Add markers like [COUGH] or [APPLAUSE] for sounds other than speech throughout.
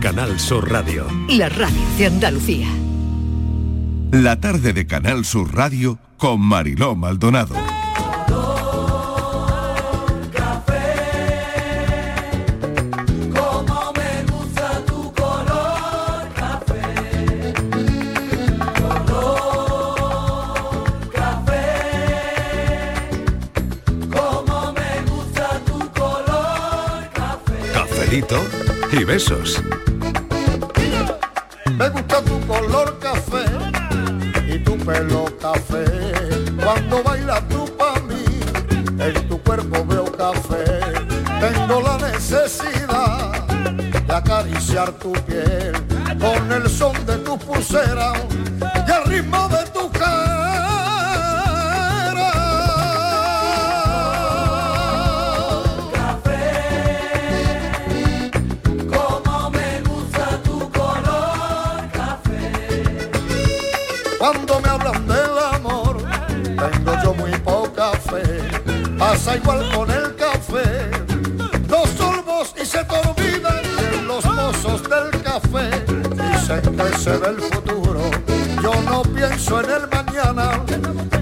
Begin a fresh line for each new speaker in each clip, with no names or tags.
Canal Sur Radio.
La radio de Andalucía.
La tarde de Canal Sur Radio con Mariló Maldonado.
Como me gusta tu color café, color café. Como me gusta tu color café.
Cafelito y besos.
Me gusta tu color café y tu pelo café. Cuando bailas tú pa' mí, en tu cuerpo veo café. Tengo la necesidad de acariciar tu piel con el son de tu pulsera y el ritmo de tu
Como me gusta tu color
Cuando me hablan del amor, tengo yo muy poca fe. Pasa igual con el café. Dos sorbos y se te olvidan de los mozos del café. Dicen que se ve el futuro. Yo no pienso en el mañana.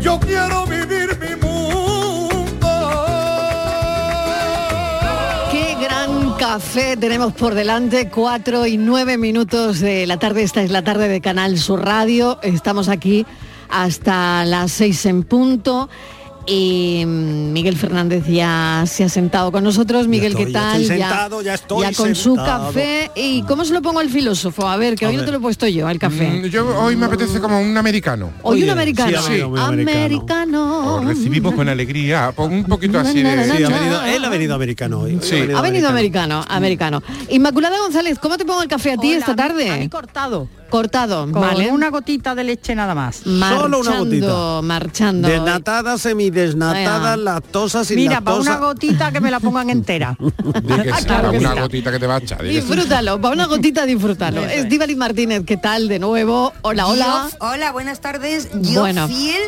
Yo quiero vivir mi mundo.
Qué gran café tenemos por delante, 4 y 9 minutos de la tarde. Esta es la tarde de Canal Sur Radio. Estamos aquí hasta las 6 en punto. Y mm, Miguel Fernández ya se ha sentado con nosotros. Miguel,
estoy,
¿qué
ya
tal?
estoy sentado, ya estoy
ya con su
sentado.
café. ¿Y cómo se lo pongo al filósofo? A ver, que
A
hoy no
ver.
te lo he puesto yo, al café.
Mm, Yo hoy me apetece como un americano.
Hoy un americano.
Ah,
americano.
Lo recibimos con alegría, con un poquito así
Na, na,
de...
na, Sí, ha na, venido- na. él
ha venido americano hoy. Sí.
Ha venido americano, americano. Inmaculada González, ¿cómo te pongo el café a ti esta tarde? cortado. Cortado,
Con
vale.
una gotita de leche nada más.
Marchando, Marchando.
Desnatada, semidesnatada,
Ahí va.
lactosa, sin
Mira, para
lactosa.
una gotita que me la pongan entera.
Di
Ah,
que sí,
Claro que
una
sí.
gotita que te va a echar. di que sí.
Disfrútalo, para una gotita disfrútalo. es Divali Martínez, ¿qué tal de nuevo? Hola, hola.
Yo- hola, buenas tardes. Yo
Bueno.
fiel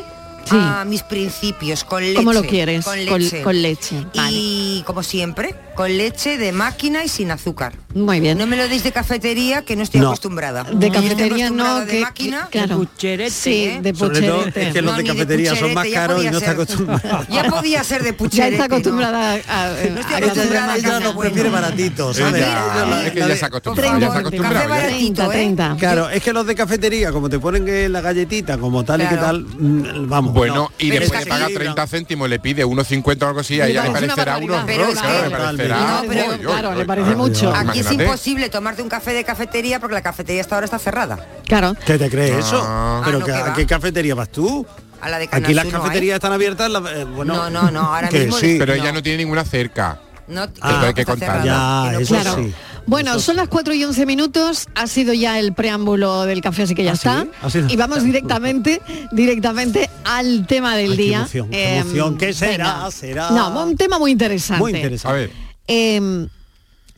Sí.
a mis principios, con leche.
¿Cómo lo quieres?
Con
Con-
leche.
con leche,
Y como siempre, con leche de máquina y sin azúcar.
Muy bien.
No me lo deis de cafetería, que no estoy
No.
acostumbrada. Yo
De
estoy
cafetería
acostumbrada
no,
de
que-
máquina.
que- claro. De pucherete, Sí, ¿eh? de pucherete.
Sobre todo es que los
No,
de
ni de
cafetería son
pucherete,
más
ya
caros y
podía
no se
ser.
acostumbran.
Ya podía ser
[LAUGHS]
de
Ya
pucherete.
está
[LAUGHS]
acostumbrada a, a- a
Ella-
café de
ella
máquina.
lo prefiere baratito, ¿sabes? Ella la-
es que ya se ha acostumbrado, ya se ha acostumbrado. ya.
30, 30.
¿eh? Claro, es que los de cafetería, como te ponen eh, la galletita, como tal y que tal,
Claro.
mm, vamos.
Bueno, y
Pero
después
es
le paga
que-
30 céntimos, le pide 1,50 o algo así, a
Pero
ella le
vamos, es una
parecerá un
barbaridad.
horror,
Pero
claro,
es
le
que-
parecerá...
No, pero-
uy, uy,
claro,
uy,
le parece
ay,
mucho.
ay,
Aquí es
imagínate.
imposible tomarte un café de cafetería porque la cafetería hasta ahora está cerrada.
Claro.
¿Qué te crees eso?
Ah.
¿Pero
Ah, no,
que-
que
a
va.
qué cafetería vas tú?
A la de Canal
Aquí las
Sur no hay.
cafeterías están abiertas, la- eh, bueno...
No, no, no, ahora
que
mismo
sí.
Pero ella no tiene ninguna cerca.
No,
Ah, hay que
está
contar.
cerrada.
Ya,
Que no
eso
puedo.
sí.
Bueno, son las 4 y 11 minutos, ha sido ya el preámbulo del café, así que ya
Ah,
está.
¿Ha sido?
Y vamos directamente, directamente al tema del
Ay, qué
día. Em,
emoción, qué emoción. ¿Qué será? Será-
No, un tema muy interesante.
Muy interesante.
A ver,
Eh,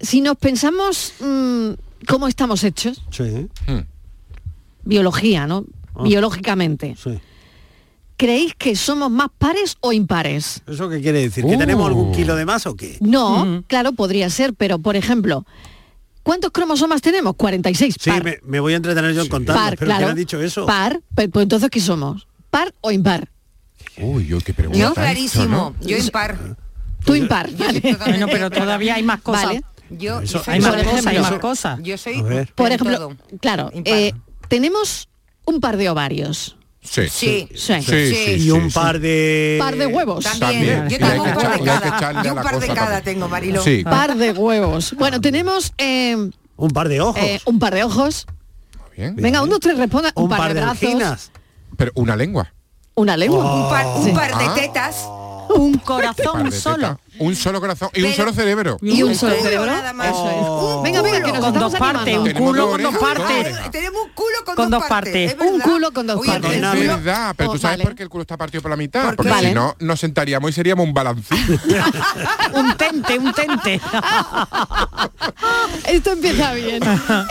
si nos pensamos mm, cómo estamos hechos,
Sí,
Hmm.
biología, ¿no? Biológicamente,
Ah. sí.
¿creéis que somos más pares o impares?
¿Eso qué quiere decir? ¿Que
Uh.
tenemos algún kilo de más o qué?
No, claro, podría ser, pero por ejemplo, ¿cuántos cromosomas tenemos? 46.
Sí,
par.
me, me voy a entretener yo en contarlo,
par,
pero
claro.
¿quién ha dicho eso?
Par, pe- pues entonces ¿qué somos? ¿Par o impar?
uy, yo qué pregunta.
Yo
esto,
clarísimo,
¿no?
yo impar.
Tú
Pues
impar. vale.
Bueno,
[LAUGHS]
pero todavía hay más cosas.
Vale.
Yo,
Eso-
yo soy
Hay más
impar.
cosas, hay
ejemplo,
más
eso-
cosas.
Yo soy
A ver.
Por
en
ejemplo,
todo.
claro,
Impar.
eh, tenemos un par de ovarios.
Sí.
Sí.
Sí.
Sí, sí,
Y un par de...
Par de huevos.
También.
También.
Yo
Y hay
tengo
que
un par de
echarle- hay que
cada.
echarle
Yo
a la
un par de
cosa
cada
también.
tengo, Marilo.
Sí.
Par de huevos. Bueno, tenemos eh,
Un par de ojos.
eh, un par de ojos.
Bien.
Venga, uno, tres, responda.
un, par, de,
brazos.
anginas. Oh.
Pero una lengua.
Una lengua.
Un par,
Sí.
un par de tetas.
Un
Ah. par
corazón
de
solo.
tetas, Un solo corazón y un
Pero-
solo cerebro.
Y un solo
culo
cerebro.
nada más.
Eso es.
Oh.
Un
Venga, venga, que
culo
nos
con
estamos
dos partes,
animando.
un
Tenemos
culo
dos
con dos
orejas, dos
partes.
orejas.
Tenemos un culo con,
Con dos partes.
es verdad.
Un culo con dos
Oye,
partes.
pero
Es
el culo-
verdad, pero
Oh,
tú sabes
vale.
por qué el culo está partido por la mitad,
¿Por
porque
qué?
si no, nos sentaríamos y seríamos un balancín.
Un tente, un tente.
[LAUGHS] Esto empieza bien.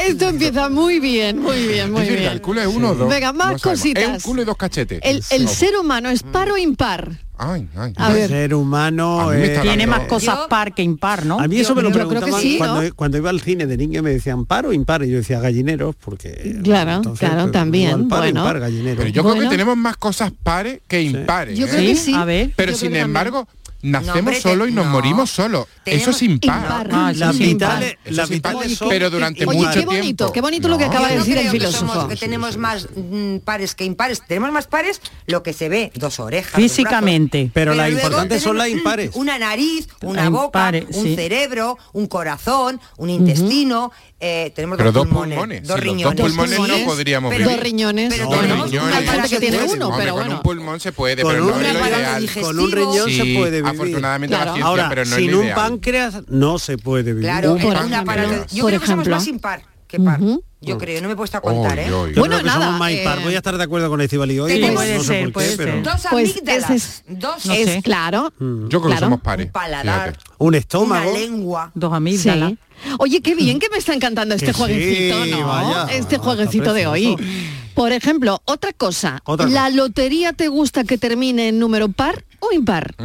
Esto empieza muy bien, muy bien, muy
es verdad,
bien.
el culo es uno o dos.
Venga, más
no sabemos.
cositas.
Es un culo y dos cachetes.
El, el
Sí.
ser humano es par o impar.
Ay, ay.
A ver.
ser humano
A mí me
es-
está
Tiene más cosas
Yo-
par que impar, ¿no?
A mí eso
Yo-
me lo
yo creo que
preguntaban
sí, ¿no?
cuando, cuando iba al cine de niño me decían par o impar y yo decía gallineros porque
Claro, claro,
pues,
también,
igual par,
bueno.
impar, gallinero.
Pero yo creo
Bueno.
que tenemos más cosas pares que impares.
Yo
¿eh?
creo que sí.
A ver.
Pero
Yo
sin
creo que
embargo, nacemos
No, hombre, te-
solos y nos
no.
morimos solos. Eso
Tenemos-
es impar.
Impar.
Ah, eso
las
sí, impar.
vitales,
Eso
las
sí, impar.
vitales son
Pero durante
Oye,
mucho
qué
tiempo.
bonito, qué bonito lo que
No.
acaba de
Yo no
decir el
creo que somos-
filósofo.
Que, tenemos más mm, pares que impares. Tenemos más pares lo que se ve, dos orejas. dos
Físicamente.
brazos.
Pero las
luego
importantes son
tenemos,
las impares.
mm, Una nariz, una
Las
boca,
impares,
un
sí.
cerebro, un corazón, un intestino. eh, tenemos
Pero
dos
dos
pulmones,
pulmones, sí,
dos
los dos
riñones.
pulmones
no
podríamos
pero-
vivir. Dos riñones.
pero
Con
tenemos una
riñones.
Hay gente que
aparato
tiene
Hombre,
uno,
con
pero bueno.
un pulmón se puede,
con,
pero
un
no es lo
aparato
ideal.
digestivo.
con un riñón
Sí,
se puede vivir.
Afortunadamente
Claro.
la ciencia,
Ahora,
pero no es
sin
lo
un
ideal.
páncreas no se puede vivir.
Claro,
Un
eh,
en un
páncreas.
aparato. Yo
Por
creo que somos
ejemplo. Oh.
más impar que par.
Ujú.
Yo creo, no me he puesto a contar,
Oy,
¿eh?
oy.
Yo
Bueno,
creo que
nada,
somos más
eh,
impar. Voy a estar de acuerdo con Estivali hoy.
Tenemos-
no sé
Puede
por
ser,
qué,
puede
pero-
ser.
Dos
Pues
amígdalas,
ese es-
dos
No
es
sé.
claro.
Yo creo que
claro.
somos pares.
un paladar,
fíjate.
Mm. Un
una
estómago.
lengua.
Dos
Sí.
amígdalas.
Oye, qué bien que me está encantando este
Que sí,
jueguecito, ¿no?
vaya,
este
está
jueguecito de hoy.
precioso.
Por ejemplo, otra cosa.
Otra
¿La lotería te gusta que termine en número par o impar?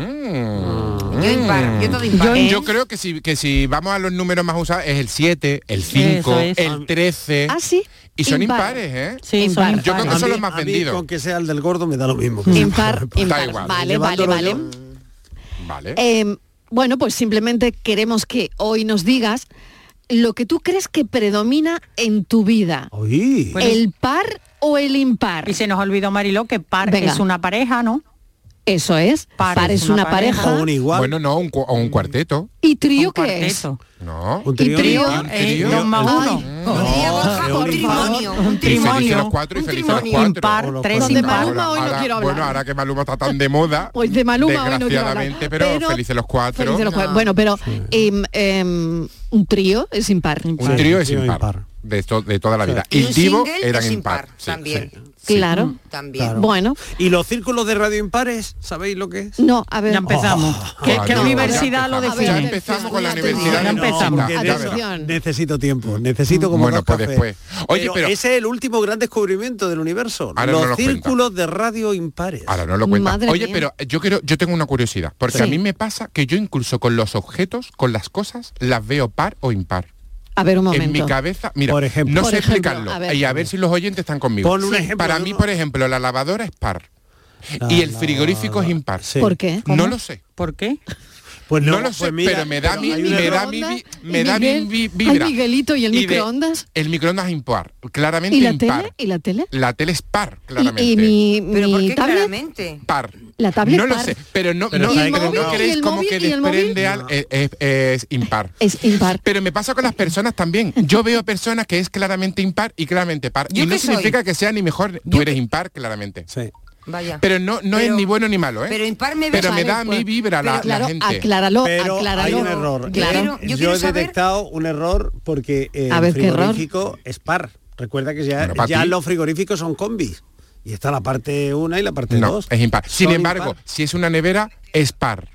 Yo impar, yo todo impar.
Yo creo que si, que si vamos a los números más usados es el 7, el 5,
Eso es.
el 13.
Ah, sí.
¿Eh? Y son
Impar.
impares, ¿eh?
Sí, son
Impar.
impares.
Yo creo que
A
son
mí-
los más
a mí,
vendidos.
Con que sea el del gordo me da lo mismo.
Impar, impar. Vale,
igual.
vale,
Llevándolo
vale.
yo.
Vale.
Eh, bueno, pues simplemente queremos que hoy nos digas lo que tú crees que predomina en tu vida.
Oí.
Bueno,
¿El par o el impar?
Y se nos olvidó, Mariló, que par
Venga.
es una pareja, ¿no?
Eso es. Par,
Par
es una pareja.
o un igual.
Bueno, no, un, cu- o un cuarteto.
¿Y
Un
trío qué es?
cuarteto.
No.
un
y trío,
un
eh,
trío,
dos más
el-
uno.
Ay,
Un día baja,
eh,
un
por
trimonio, un
Y felices
Trimonio.
los cuatro y
Un
felices los
trimonio.
cuatro.
Impar,
Los
tres
cuatro.
De
impar.
Maluma hoy no quiero hablar.
Bueno, ahora que Maluma está tan de moda.
Pues de Maluma hoy no quiero hablar.
Desgraciadamente, pero, felices los cuatro.
felices los cuatro. Bueno, pero em, em, un trío es impar.
Un
Sí,
trío es
trío
impar.
impar.
De, to- de toda la vida.
Y
Y
un
Divo
single
eran
es
impar.
impar,
sí.
también.
Claro.
También.
Claro.
Bueno,
Y los círculos de radio impares, ¿sabéis lo que es? Oh,
no, a ver.
Ya empezamos. ¿Qué,
Ah,
qué
no,
universidad
ya
lo
empezamos,
define?
Ya empezamos con la
Atención,
ya
universidad. de
empezamos.
China,
Porque
ya
de eso
verás.
Atención.
necesito tiempo, necesito como
Bueno,
dos
pues
cafés.
después. Oye, pero-
ese es el último gran descubrimiento del universo.
Ahora no
los
nos cuenta.
círculos de radio impares.
Ahora no lo cuentas.
Madre
Oye,
mía.
pero yo quiero, yo tengo una curiosidad, porque
Sí.
a mí me pasa que yo incluso con los objetos, con las cosas, las veo par o impar.
A ver un momento.
En mi cabeza, mira,
Por ejemplo.
no
Por
sé
ejemplo,
explicarlo.
a ver.
y a ver si los oyentes están conmigo.
Pon un Sí. ejemplo
Para
de
mí,
uno.
por ejemplo, la lavadora es par. y el frigorífico es impar.
Sí.
¿Por qué?
No lo sé.
¿Por qué?
Pues
No, lo sé,
pues mira,
pero me da
pero
mi,
hay un
me
error.
da mi, vi-
¿Y
me da mi
Miguel?
vi-
Ay,
vibra.
Miguelito, ¿y el
de-
microondas?
el microondas es impar, claramente
¿Y la
impar.
tele? ¿Y la tele?
La tele es par, claramente.
Y, y mi,
Pero ¿por
mi
qué
tablet.
claramente?
par.
La tablet
No lo
par.
sé, pero no,
Pero
no,
¿Y el
pero
móvil?
no
¿Y
creéis
el
como
móvil?
que
¿Y el móvil?
desprende al, es, es- es impar.
Es impar.
Pero me pasa con las personas también. Yo veo personas que es claramente impar y claramente par.
¿Yo
Y no
qué soy?
significa que sea ni mejor. Tú eres impar, claramente.
Sí.
Vaya.
Pero no, no es
Pero-
ni bueno ni malo, ¿eh?
pero impar me
Pero
ves- Vale,
me da a mí
pues.
vibra la,
Pero claro,
la gente.
acláralo,
Pero hay
acláralo.
un error. ¿eh?
Claro.
Pero-
Yo,
yo quiero
he
saber-
detectado un error porque eh, el
A ver, ¿qué error?
frigorífico es par. Recuerda que ya,
Bueno, pa'
ya
ti.
los frigoríficos son combis. Y está la parte 1 y la parte 2.
No, es impar. Sin
Son
embargo,
impar.
si es una nevera, es par.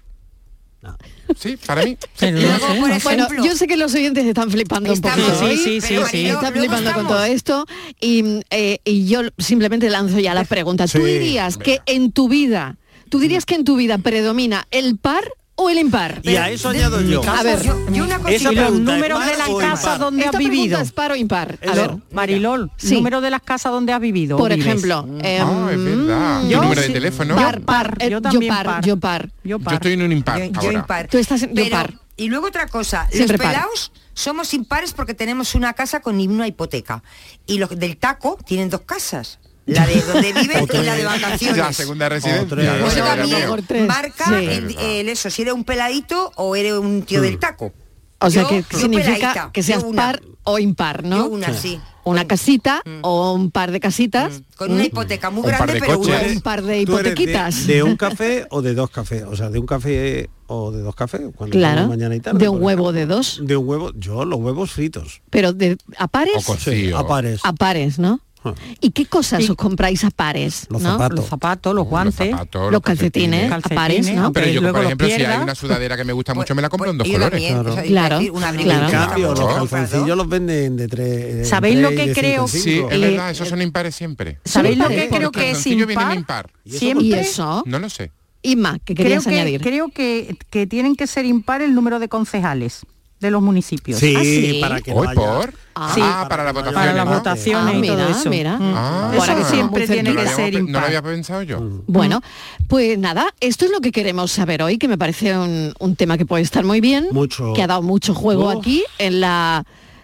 Sí, para
[LAUGHS]
mí.
Pero no
Luego,
sé.
por
Bueno,
ejemplo,
yo sé que los oyentes están flipando un
Estamos-
poquito.
Sí,
¿eh?
sí, sí,
pero
sí, sí.
Mariló,
Están
luego
flipando con
estamos.
todo esto y, mm, eh, y yo simplemente lanzo ya la pregunta. ¿Tú
Sí,
dirías que en tu vida, tú dirías que en tu vida predomina el par o el impar?
Y a eso añado yo.
A ver,
Yo, yo una cosita.
Y los
pregunta es
números
par
de las
o
casas
impar.
donde
esta
has vivido.
pregunta es par o impar. A
Eso.
ver,
Marilol,
Sí.
número de las casas donde has vivido.
por
vives.
ejemplo, eh,
Ah, es verdad.
mm,
Tu número
sí.
de teléfono.
par, par,
Par,
eh,
yo también
par,
par.
yo par.
Yo,
Yo
par.
estoy en un impar
Yo, yo
ahora.
impar.
Tú estás en- yo
Pero-
par.
Y luego otra cosa,
Siempre
los
par.
pelaos somos impares porque tenemos una casa con una hipoteca. Y los del taco tienen dos casas. La de
[LAUGHS]
donde viven y la de vacaciones.
La segunda
Otra.
residencia.
Eso
no se
Bueno,
vaya,
también
tío.
por tres.
marca
Sí.
el, el eso, si eres un peladito o eres un tío
Mm.
del taco.
O sea,
Yo-
que
yo
significa
peladita,
que seas
yo una.
par o impar, ¿no?
Yo una, sí. Mm.
Una casita o un par de casitas.
Con una
Mm.
hipoteca muy
Un par
grande,
de
pero una.
coches.
un par de
Tú eres
hipotequitas.
De, de un café o de dos cafés. O sea, de un café o de dos cafés. Cuando
Claro,
como mañana y tarde,
de un
por
huevo de
ejemplo.
dos.
De un huevo. Yo los huevos fritos.
[LAUGHS] Pero de a
O
pares,
con- Sí, o-
a pares.
a pares, ¿no?
Ah.
¿Y qué cosas os compráis a pares?
Los
¿no?
zapatos.
Los zapatos, los
Los
guantes.
zapatos,
Los calcetines, a
calcetines,
pares, ¿no?
aunque
Pero yo,
luego
por
los
ejemplo, si hay
pierda. Pues
una sudadera que me gusta mucho, me la compro en dos
Yo
colores.
también,
Claro.
eso es decir,
Claro,
un abrigo
claro.
En
que
cambio,
está
los
mucho comprado.
calzoncillos los venden de tres.
¿Sabéis lo que creo?
Sí, es
Eh,
verdad, esos son impares siempre.
¿Sabéis lo que
Porque
creo
el
que es
calzoncillo viene
impar?
impar.
¿Y eso Ah,
Siempre.
¿Y eso?
No lo sé.
Inma, que
creo
querías
que,
añadir.
creo que, que tienen que ser impar el número de concejales de los municipios.
Ah, Sí, para que no
Hoy
haya-
por.
Ah.
Sí,
Ah, para las
Para
votaciones.
para las
¿no?
votaciones
Ah,
y todo
mira,
eso.
mira.
Mm.
Ah.
Eso
Ahora que
siempre
estamos muy
tiene
No
que
lo habíamos
ser
pe- No lo
impar. Mm.
había pensado yo.
[LAUGHS] Bueno, pues nada, esto es lo que queremos saber hoy, que me parece un, un tema que puede estar muy bien,
Mucho.
que ha dado mucho juego
Uf.
aquí en la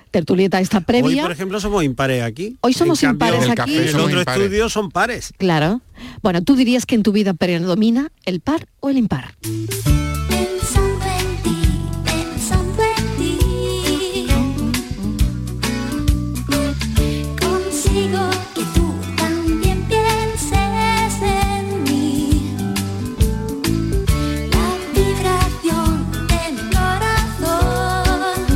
tertulieta esta
Hoy,
previa.
por ejemplo, somos impares aquí.
Hoy somos
En cambio,
impares
el
aquí.
café
En el
somos
otro
impares.
estudio son pares.
Claro. Bueno, ¿tú dirías que en tu vida predomina el par o el impar?
Pensando en ti, pensando en ti. Consigo que tú también pienses en mí. La vibración de mi corazón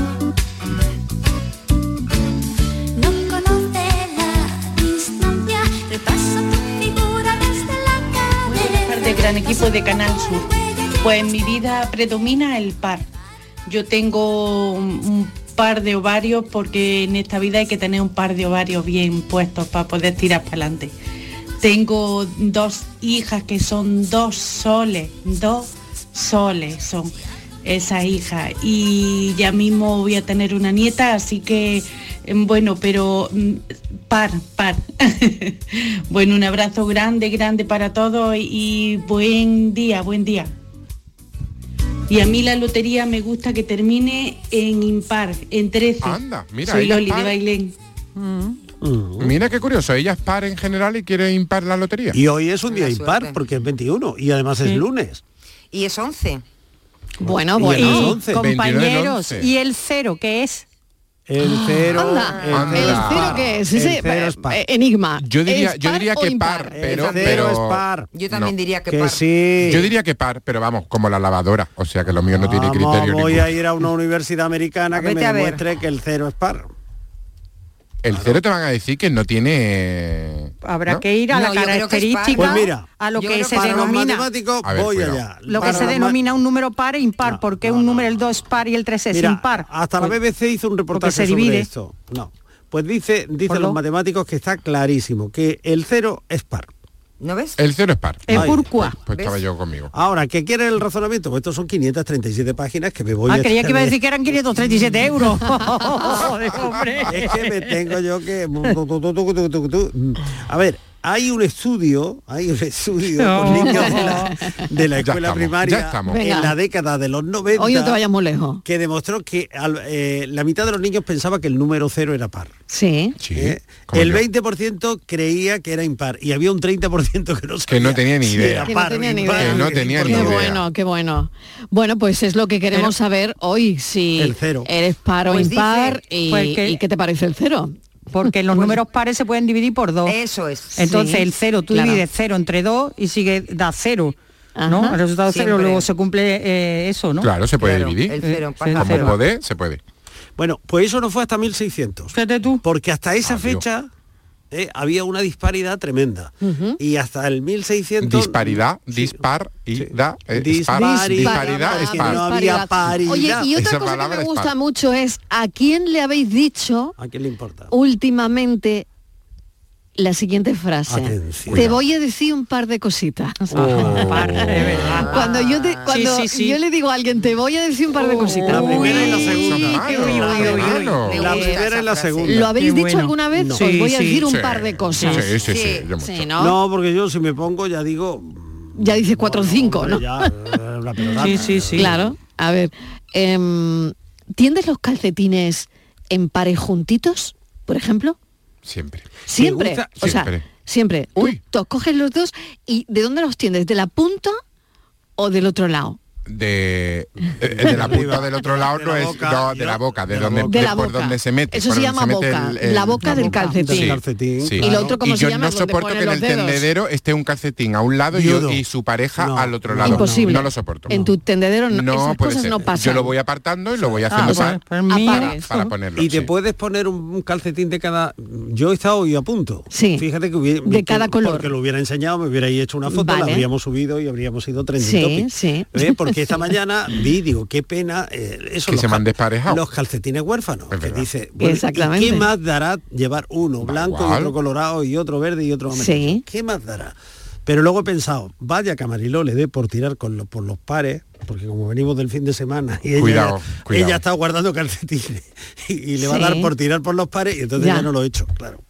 no conoce la distancia. Repaso tu figura desde la cabeza.
del gran equipo de Canal Sur. Pues en mi vida predomina el par. Yo tengo un un par de ovarios porque en esta vida hay que tener un par de ovarios bien puestos para poder tirar para adelante. Tengo dos hijas que son dos soles, dos soles son esas hijas. Y ya mismo voy a tener una nieta, así que em, bueno, pero mm, par, par. [LAUGHS] bueno, un abrazo grande, grande para todos y buen día, buen día. Y a mí la lotería me gusta que termine en impar, en 13.
Anda, mira,
Soy
ella es
Loli de
par.
Bailén.
Mm.
Mira qué curioso, ella es par en general y quiere impar la lotería.
Y hoy es un día
Buena
impar
suerte.
porque es 21 y además es lunes.
Y es 11.
Bueno,
Y el
bueno.
dos.
Y
11,
29,
compañeros,
11.
y el cero, que es
El
Ah,
cero,
Anda,
Anda.
es
el cero
par.
que es,
El
ese,
cero es par.
eh, enigma.
Yo diría,
¿Es
yo
par
diría
o
que
impar?
par,
el
pero,
cero
pero-
es par.
Yo también
No.
diría que,
Que
par.
sí.
Yo diría que par, pero vamos, como la lavadora, o sea que lo mío no tiene
Vamos,
criterio
voy
ninguno.
a ir a una universidad americana que me
Vete a ver.
demuestre que el cero es par.
El cero te van a decir que no tiene...
habrá
¿no?
que ir a
No, yo
la
creo que es par.
característica
Pues mira,
a lo
yo
que
creo que
se
para los
denomina
matemáticos
A ver,
voy
cuidado.
allá.
lo que
Para
se
los ma-
denomina un núero par e impar,
No,
porque
no,
un
no,
número el
no.
2 es par y el 3 es
Mira,
impar.
Hasta la
Pues,
BBC hizo un reportaje
se
sobre
divide.
esto. No. Pues dice, dicen
Ponlo.
los matemáticos que está clarísimo que el cero es par.
¿No ves?
El cero es par.
El
Ay.
purcua.
Pues estaba
¿Ves?
yo conmigo.
Ahora, ¿qué quiere el razonamiento? Pues estos son 537 páginas que me voy
Ah,
a
creía que iba a
extender.
decir que eran
[LAUGHS]
537 euros. [LAUGHS] Joder, hombre.
Es que me tengo yo que... A ver, hay un estudio, hay un estudio con
No.
niños de la, de la
Ya
escuela
estamos,
primaria
ya estamos.
Venga.
en la década de los 90
Hoy no te vayas muy lejos.
que demostró que al- eh, la mitad de los niños pensaba que el número cero era par.
Sí.
Sí,
¿eh?
como
El
yo.
20% creía que era impar y había un 30% que no sabía
no tenía ni
si
idea.
era
Que no
par o
tenía ni
impar,
idea.
Que no
le
tenía ni
Qué
importaba.
idea.
bueno, qué bueno. Bueno, pues es lo que queremos saber hoy, si
El cero.
eres par o
Pues dice,
impar y,
pues que-
y qué te parece el cero.
Porque
Pues
los números pares se pueden dividir por dos.
Eso es.
Entonces
Sí,
el cero, tú
claro.
divides cero entre dos y sigue da cero. ¿no?
Ajá.
El resultado cero,
Siempre.
luego se cumple eh, eso, ¿no?
Claro, se puede
Claro,
dividir.
El cero,
Eh,
par.
el
Como
cero.
podé, se puede.
Bueno, pues eso no fue hasta 1600.
Fíjate tú.
Porque hasta esa
Adiós.
fecha eh, había una disparidad tremenda. Y hasta el 1600...
Disparidad,
Sí.
dispar y da. eh,
Dispar-
dispar-
disparidad,
disparidad es
porque
par.
no había paridad.
Oye, y otra
Esa
cosa que
palabra
me
es
gusta
par.
mucho es a quién le habéis dicho
¿A quién le importa?
últimamente la siguiente frase.
Atención. Ah.
Te
Cuidado.
voy a decir un par de cositas.
Oh.
Par, de verdad.
[LAUGHS] Cuando yo te, cuando
sí, Oh. sí.
yo le digo a alguien, te voy a decir un par de cositas.
La primera y la
Uy,
Son
segunda.
malos,
uy,
son
uy, uy, uy.
malos.
Me
La
gusta
primera
esa
y la
frase.
segunda.
¿Lo habéis
Qué
dicho
bueno.
alguna vez?
No.
Os
Sí,
voy a
sí.
decir un
Sí,
par de cosas.
Sí, sí, sí,
Sí,
yo mucho.
Sí, ¿no?
No, porque yo si me pongo ya digo...
Ya dice cuatro o cinco, ¿no?
Ya, eh, una pelota.
Sí, sí, sí.
Claro. A ver, em, ¿tiendes los calcetines en pares juntitos, por ejemplo?
Siempre.
Siempre.
gusta-
o sea,
Siempre.
siempre. siempre. Tú-
Uy.
Tú, coges los dos y ¿de dónde los tiendes? ¿De la punta o del otro lado?
De, eh, de la punta
Arriba.
del otro lado
De
no
la
es
boca,
no, de la boca, de, donde
De la
por
boca.
donde se mete.
Eso
por
se
donde
llama boca, la boca del calcetín.
Del calcetín,
Sí.
¿Y
lo otro cómo
Y
se
yo
llama?
no
Donde
soporto
ponen
que en
los
el
dedos.
tendedero esté un calcetín a un lado y,
Viudo.
y su pareja
No,
al otro
no,
lado.
Imposible.
No lo soporto.
En tu tendedero no, esas
puede
cosas
ser.
no pasan.
Yo lo voy apartando y lo voy
Ah,
haciendo
bueno,
para,
pues mío.
Aparte.
para ponerlo.
Y te
sí.
puedes poner un un calcetín de cada... Yo he estado hoy a punto.
Sí.
Fíjate que hubiera...
De cada color.
Porque lo hubiera enseñado, me hubierais hecho una foto, la
Vale.
habríamos subido y habríamos sido 30
Sí, sí. [LAUGHS]
Porque esta mañana vi, digo, qué pena... eh, eso,
Que
los
se me han
cal-
desparejado.
Los calcetines huérfanos.
Es
que
verdad.
dice, bueno, ¿y
Exactamente.
¿qué más dará llevar uno
Da
blanco y
igual.
otro colorado y otro verde y otro amarillo?
Sí.
¿Qué más dará? Pero luego he pensado, vaya que Amariló le dé por tirar con los, por los pares, porque como venimos del fin de semana y ella,
Cuidado, cuidado.
ella está guardando calcetines y, y le va a
Sí.
dar por tirar por los pares y entonces
Ya.
ya, no lo he hecho, claro.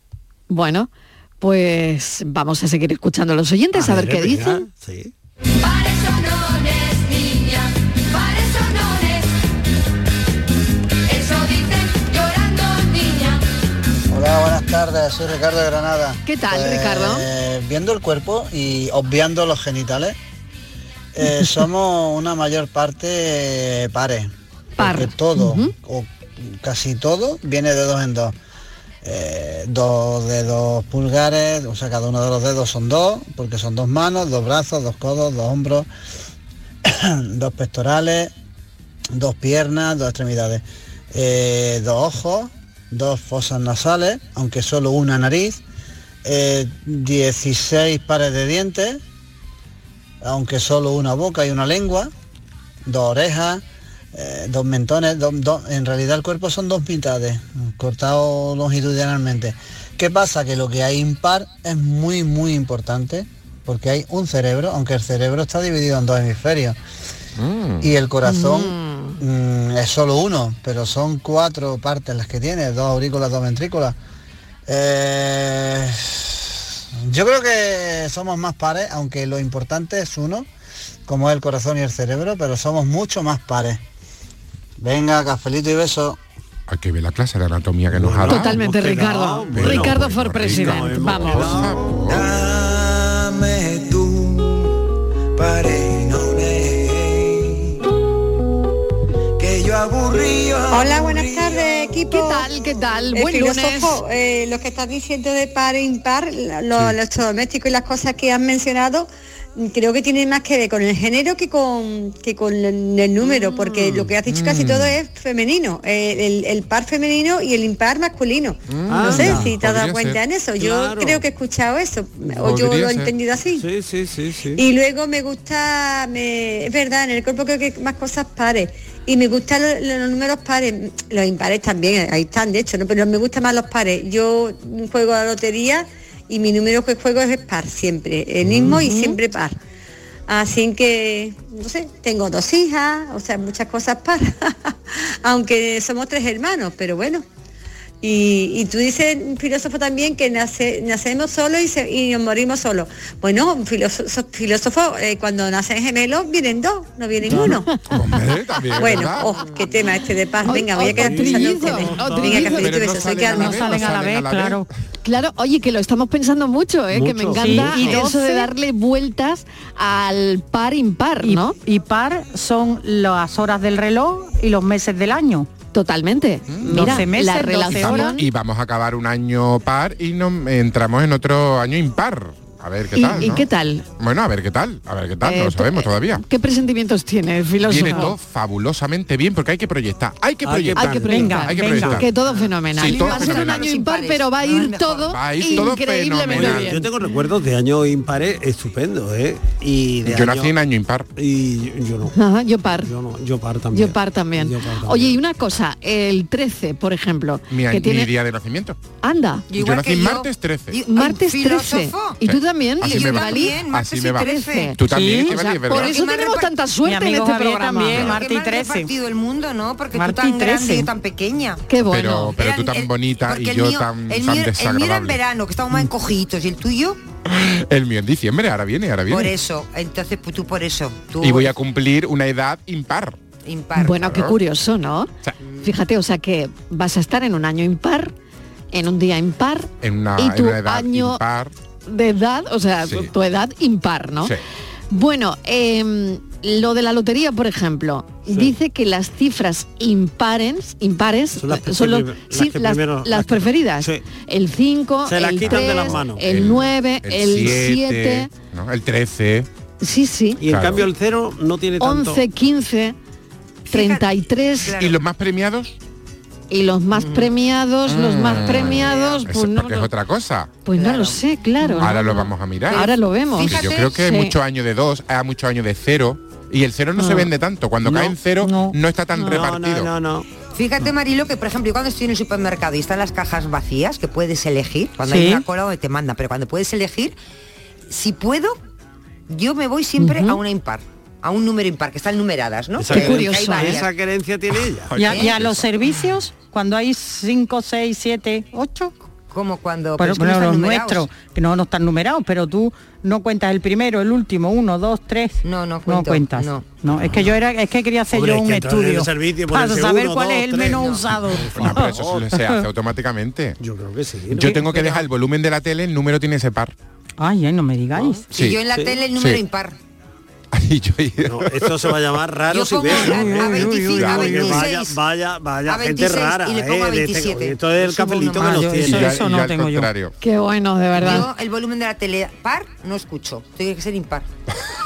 Bueno, pues vamos a seguir escuchando a los oyentes a, ver
Madre
qué
mía,
dicen.
Sí.
Para eso no eres niña, para eso no eres. Eso dicen llorando niña.
Hola, buenas tardes, soy Ricardo de Granada. Eh,
¿Qué tal,
Pues,
Ricardo?
Viendo el cuerpo y obviando los genitales, eh, somos una mayor parte eh, pares.
Par.
Porque todo, o casi todo, viene de dos en dos. Eh, dos dedos pulgares, o sea, cada uno de los dedos son dos, porque son dos manos, dos brazos, dos codos, dos hombros, [COUGHS] dos pectorales, dos piernas, dos extremidades, eh, dos ojos, dos fosas nasales, aunque solo una nariz, eh, 16 pares de dientes, aunque solo una boca y una lengua, dos orejas, eh, dos mentones, dos- dos- en realidad el cuerpo son dos mitades, cortado longitudinalmente. ¿Qué pasa? Que lo que hay impar es muy, muy importante, porque hay un cerebro, aunque el cerebro está dividido en dos hemisferios, Mm.
Mm.
y el corazón mm, es solo uno, pero son cuatro partes las que tiene, dos aurículas, dos ventrículas. Eh, yo creo que somos más pares, aunque lo importante es uno, como es el corazón y el cerebro, pero somos mucho más pares. Venga, cafelito y beso.
Hay que ver la clase de anatomía que nos ha dado.
Totalmente, Ricardo.
Pero,
Ricardo for
pues,
President. Vamos.
Dame tú, parinone, que yo aburrido.
Hola, buenas tardes, equipo. ¿Qué tal?
¿Qué tal?
Buen
Buen lunes.
filósofo, eh, lo que estás diciendo de par e impar, lo- los electrodomésticos y las cosas que has mencionado, mm, creo que tienen más que ver con el género que con, que con el el número, porque lo que has dicho
Mm.
casi todo es femenino, eh, el, el par femenino y el impar masculino. no sé
Mm. Anda,
si te has dado
podría
cuenta
ser.
en eso,
Claro.
yo creo que he escuchado eso, o yo lo
Podría
he
ser.
entendido así.
Sí, sí, sí, sí.
Y luego me gusta, me, es verdad, en el cuerpo creo que más cosas pares. Y me gustan lo- lo- los números pares, los impares también, ahí están, de hecho, ¿no? pero me gustan más los pares. Yo juego a la lotería y mi número que juego es par siempre, el mismo y siempre par. Así que, no sé, tengo dos hijas, o sea, muchas cosas par, [LAUGHS] aunque somos tres hermanos, pero bueno. Y, y tú dices, un filósofo también, que nace- nacemos solos y, se- y nos morimos solos. Bueno, un filósofo, filósofo, eh, cuando nacen gemelos vienen dos, no vienen uno.
también,
[LAUGHS] bueno,
¿verdad?
oh, qué tema este de paz. Venga, voy a quedar pensando en
Trillizos,
ustedes.
oh,
Venga,
trillizos.
cafelito y besos. Soy Carmen.
Claro, oye, que lo estamos pensando mucho, ¿eh? que me
Mucho.
encanta
Sí, y
eso de
12.
darle vueltas al par impar,
Y,
¿no?
y par son las horas del reloj y los meses del año.
Totalmente.
Mm.
Mira,
12 meses,
la
12
relación-
horas.
Y vamos a acabar un año par y nos entramos en otro año impar. A ver qué
¿Y-
tal.
y
¿no?
qué tal?
Bueno, a ver qué tal. A ver qué tal.
Eh,
no lo sabemos todavía.
¿Qué presentimientos tiene el filósofo?
Viene todo fabulosamente bien porque hay que proyectar. Hay que proyectar.
Hay que proyectar.
hay que proyectar.
Que todo fenomenal.
Sí, todo
va a ser un
fenomenal.
año impar, pero va a ir todo
Va a ir todo
increíblemente
fenomenal.
bien.
Yo tengo recuerdos de años impares estupendos, ¿eh? Y de
Yo nací en año impar.
Y yo, yo no,
Ajá, yo par.
yo no, yo par también.
Yo par también.
Yo par también.
Oye, y una cosa, el 13, por ejemplo,
Mi, a-
que
mi
tiene...
día de nacimiento.
Anda.
Yo igual Yo nací que yo. martes 13. Y-
Martes
¿un
13.
filósofo?
¿Y
Sí.
tú también?
Así me va.
Estivali?
Así Martes me y va. 13. Tú también, Estivali, es verdad.
Por eso
Porque me han
tenemos
repart-
tanta suerte
Mi
en
amigo
este
Javier
programa.
también,
Pero
Marti
qué mal
13.
repartido.
el mundo, ¿no? Porque
Marti
tú tan grande
13.
y yo tan pequeña.
Qué bueno.
Pero, pero tú
Eran-
tan
el-
bonita
porque
y
el
yo
mío-
tan,
el
tan
mío- El mío era en
desagradable.
verano, que estábamos más encogidos. ¿Y el tuyo?
El mío en diciembre, ahora viene, ahora viene.
Por eso. Entonces pues, tú por eso. Tú
Y voy a cumplir una edad impar.
impar.
Bueno, qué
Claro.
curioso, ¿no?
sea-
Fíjate, o sea que vas a estar en un año impar, en un día impar,
En una,
y
en
tu
una edad
año
impar.
de edad, o sea,
Sí.
tu edad impar, ¿no?
Sí.
Bueno, em, lo de la lotería, por ejemplo, dice que las cifras impares, impares eh, son
las
las,
que prim- las
sí,
que
las-
primero-
las
las que-
preferidas.
sí.
El 5,
Se las
el
quitan de las
3,
manos.
el 9, el 7,
¿no? el 13.
sí, sí,
Y en
Claro.
cambio el cero no tiene tanto.
11, 15, 33
¿Y los más premiados?
y los
Mm.
más premiados,
Ah,
los más premiados,
Eso
pues
es
no,
porque es otra cosa.
pues no lo sé, claro. no,
Ahora lo
no.
vamos a mirar.
Ahora lo vemos.
Porque yo creo que hay
Sí.
muchos años de dos, hay muchos años de cero. Y el cero no se
Ah.
vende tanto. Cuando cae en cero no, está tan
No,
repartido.
no, no, no.
Fíjate, Marilo, que por ejemplo, yo cuando estoy en el supermercado y están las cajas vacías, que puedes elegir, cuando
Sí.
hay una cola donde te manda, pero cuando puedes elegir, si puedo, Yo me voy siempre a una impar, a un número impar, que están numeradas, ¿no? Que- que hay
¿eh?
varias. ¿eh?
esa creencia tiene ella.
¿eh? ¿Y a, y a los servicios? Cuando hay 5, 6, 7, 8.
Como cuando...
Pero,
pero es que no están
los
numerados.
nuestros, que no, no están numerados, pero tú no cuentas el primero, el último, uno, dos, tres.
No, no cuento,
No cuentas.
no.
No, es que yo era, es que quería hacer
Hombre,
yo
es
un
que entrar en el
estudio
servicio,
para
ponerse
saber
uno,
cuál
dos,
es el
tres,
menos
no.
usado.
No, pero eso se se hace automáticamente.
Yo creo que sí.
Yo tengo que dejar el volumen de la tele, el número tiene ese par.
Ay, ay, no me digáis.
Y yo en la tele el número impar.
esto se va a llamar raro
Yo
si
pongo
ves.
a- a 25, a
Porque
26.
Vaya, vaya, vaya
A
gente
26
rara.
y le pongo
eh,
a
de este-
27.
esto es el cafelito que nos tiene.
Qué bueno, de verdad.
Yo el volumen de la tele par no escucho. Tiene que ser
[LAUGHS]
impar.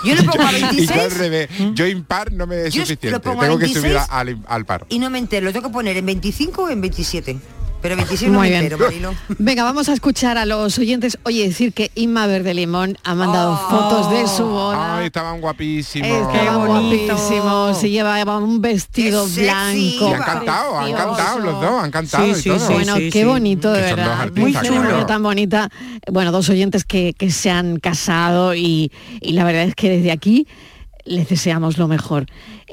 Yo le pongo a
Y yo al
26
revés, yo impar no me es
Yo
suficiente.
lo pongo a
Tengo que
26.
subir a- al, al par.
y no me entero. Lo tengo que poner en 25 o en 27. Pero 27 no
Muy
me
bien.
entero, Marilo.
Venga, vamos a escuchar a los oyentes. Oye, decir que Inma Verde Limón ha mandado fotos de su boda.
Ay, estaban guapísimos.
Estaban guapísimos, se llevaba un vestido
Qué sexy.
blanco.
Y han cantado, han
precioso.
cantado los dos, han cantado y todo.
Bueno,
Sí, sí,
qué
sí.
bonito, de
Que son dos
verdad.
artistas,
Qué
claro.
mujer tan bonita. Bueno, dos oyentes que, que se han casado y, y la verdad es que desde aquí les deseamos lo mejor.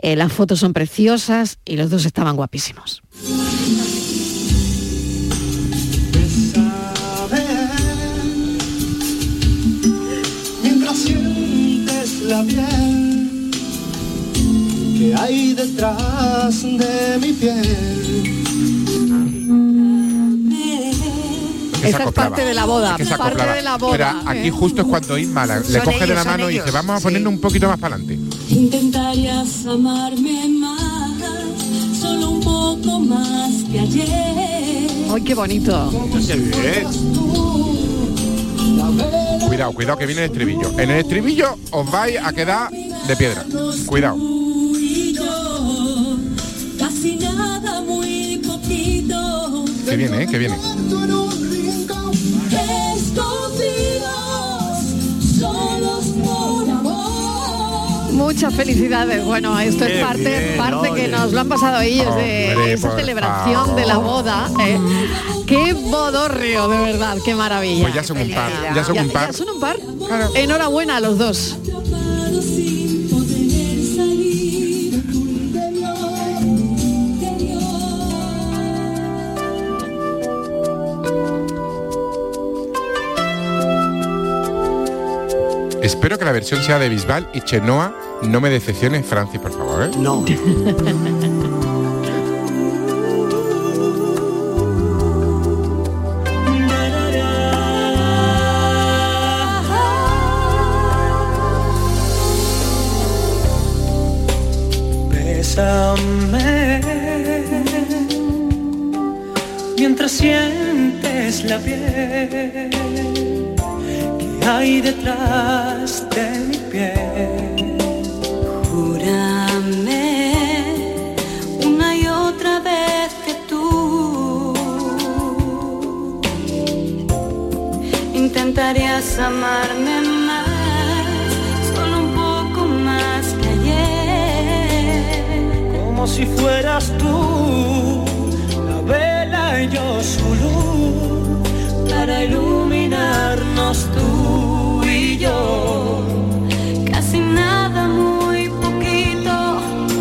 Eh, las fotos son preciosas y los dos estaban guapísimos.
Mientras sientes la piel que hay detrás de mi piel.
Que
Esa
se
es
acoplaba.
parte de la boda,
Es que se
parte
acoplaba.
de la boda,
Pero
¿eh?
aquí justo es cuando Isma la- le
Son
coge de la
ellos,
mano
son
y dice,
ellos.
vamos a ponernos un poquito más para adelante.
Intentarías amarme más, solo un poco más que ayer.
¡Ay, qué bonito!
¿eh?
Cuidado, cuidado que viene el estribillo. En el estribillo os vais a quedar de piedra. Cuidado.
Tú y yo, casi nada, muy poquito.
Que viene, ¿eh? que viene.
Tú en un rincón, escondidos, solos por amor.
Muchas felicidades. Bueno, esto
Qué
es parte,
bien,
parte que
oye.
nos lo han pasado ellos
Hombre,
de esa
por
celebración de la boda. ¿eh? Qué bodorrio, de verdad, qué maravilla.
Pues ya son un par, ya son un par.
Ya son un par. Enhorabuena a los dos.
atrapado sin poder salir de tu interior, interior.
Espero que la versión sea de Bisbal y Chenoa. No me decepciones, Francis, por favor. ¿eh?
No.
Bésame mientras sientes la piel que hay detrás de mi piel.
Júrame una y otra vez que tú intentarías amarme más, solo un poco más que ayer.
Como si fueras tú la vela y yo su luz para iluminarnos tú y yo.
Casi nada, muy poquito.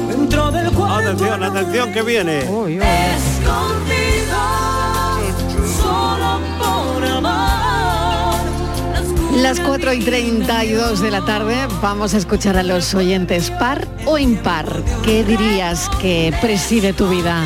Dentro del
Atención, atención que viene.
Escondido, solo por amor.
Las 4 y 32 de la tarde vamos a escuchar a los oyentes par o impar. ¿Qué dirías que preside tu vida?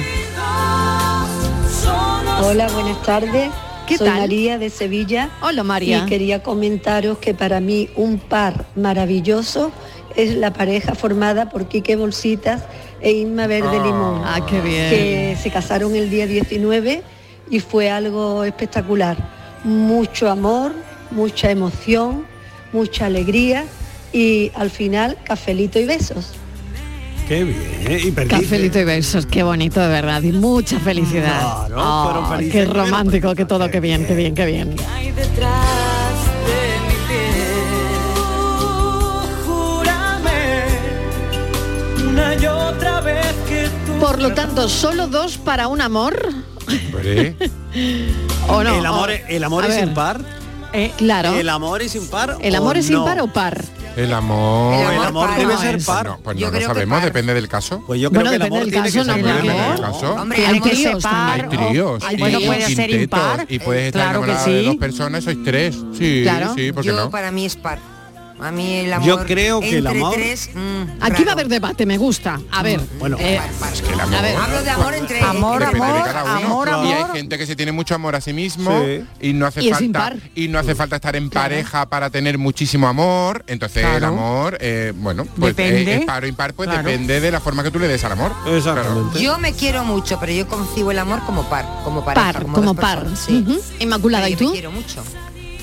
Hola, buenas tardes.
¿Qué
Soy
tal?
María de Sevilla.
Hola, María.
Y quería comentaros que para mí un par maravilloso es la pareja formada por Quique Bolsitas e Inma Verde
Ah,
Limón.
ah, qué bien.
Que se casaron el día 19 y fue algo espectacular. Mucho amor, mucha emoción, mucha alegría y al final cafelito y besos.
Qué bien. ¿eh? Y perdiste.
Cafelito y besos, qué bonito de verdad y mucha felicidad.
Claro,
Ah,
fueron felices,
qué
pero
romántico, que todo, qué bien, qué bien, qué bien.
Hay detrás de mi piel.
Júrame una y otra vez que tú
Por lo tanto, solo dos para un amor. [LAUGHS] ¿O Oh, no?
El amor,
O-
el amor
a
es
ver. Eh,
impar.
claro.
El amor es impar.
¿El
o
amor es
no?
impar o par?
El amor.
El amor El amor par debe no ser es. par.
No, pues
Yo
no lo
creo que
sabemos, depende del caso.
Pues yo creo Bueno, que el depende amor del tiene que caso, ser ¿no?
Depende
Porque-
del caso.
Hombre, Hay hay que tríos ser par,
Hay tríos.
o- hay
y-
bueno,
y
puede ser
quintetos,
impar.
Y puedes estar
Claro que
enamorada de
sí.
dos personas, sois tres. [LAUGHS] Sí,
claro,
sí, ¿por qué
yo
no?
para mí es par. A mí el amor
Yo creo que el
entre
amor-
tres, mm,
Aquí va a haber debate, me gusta. A ver.
Bueno,
eh,
El amor.
a ver.
hablo de amor entre
Amor,
Depende de
amor,
cada uno.
amor,
Y hay
amor.
gente que se tiene mucho amor a sí mismo
Sí.
y no hace
Y es
falta
impar.
y no hace falta estar en pareja para tener muchísimo amor. Entonces el
Claro.
amor, eh, bueno, pues
Depende.
es, es par o impar, pues
Claro.
depende de la forma que tú le des al amor. Exactamente.
Yo me quiero mucho, pero yo concibo el amor como par, como pareja,
par,
como,
como
dos
par.
personas, sí.
Ujú. Inmaculada, ¿y tú?
Quiero mucho.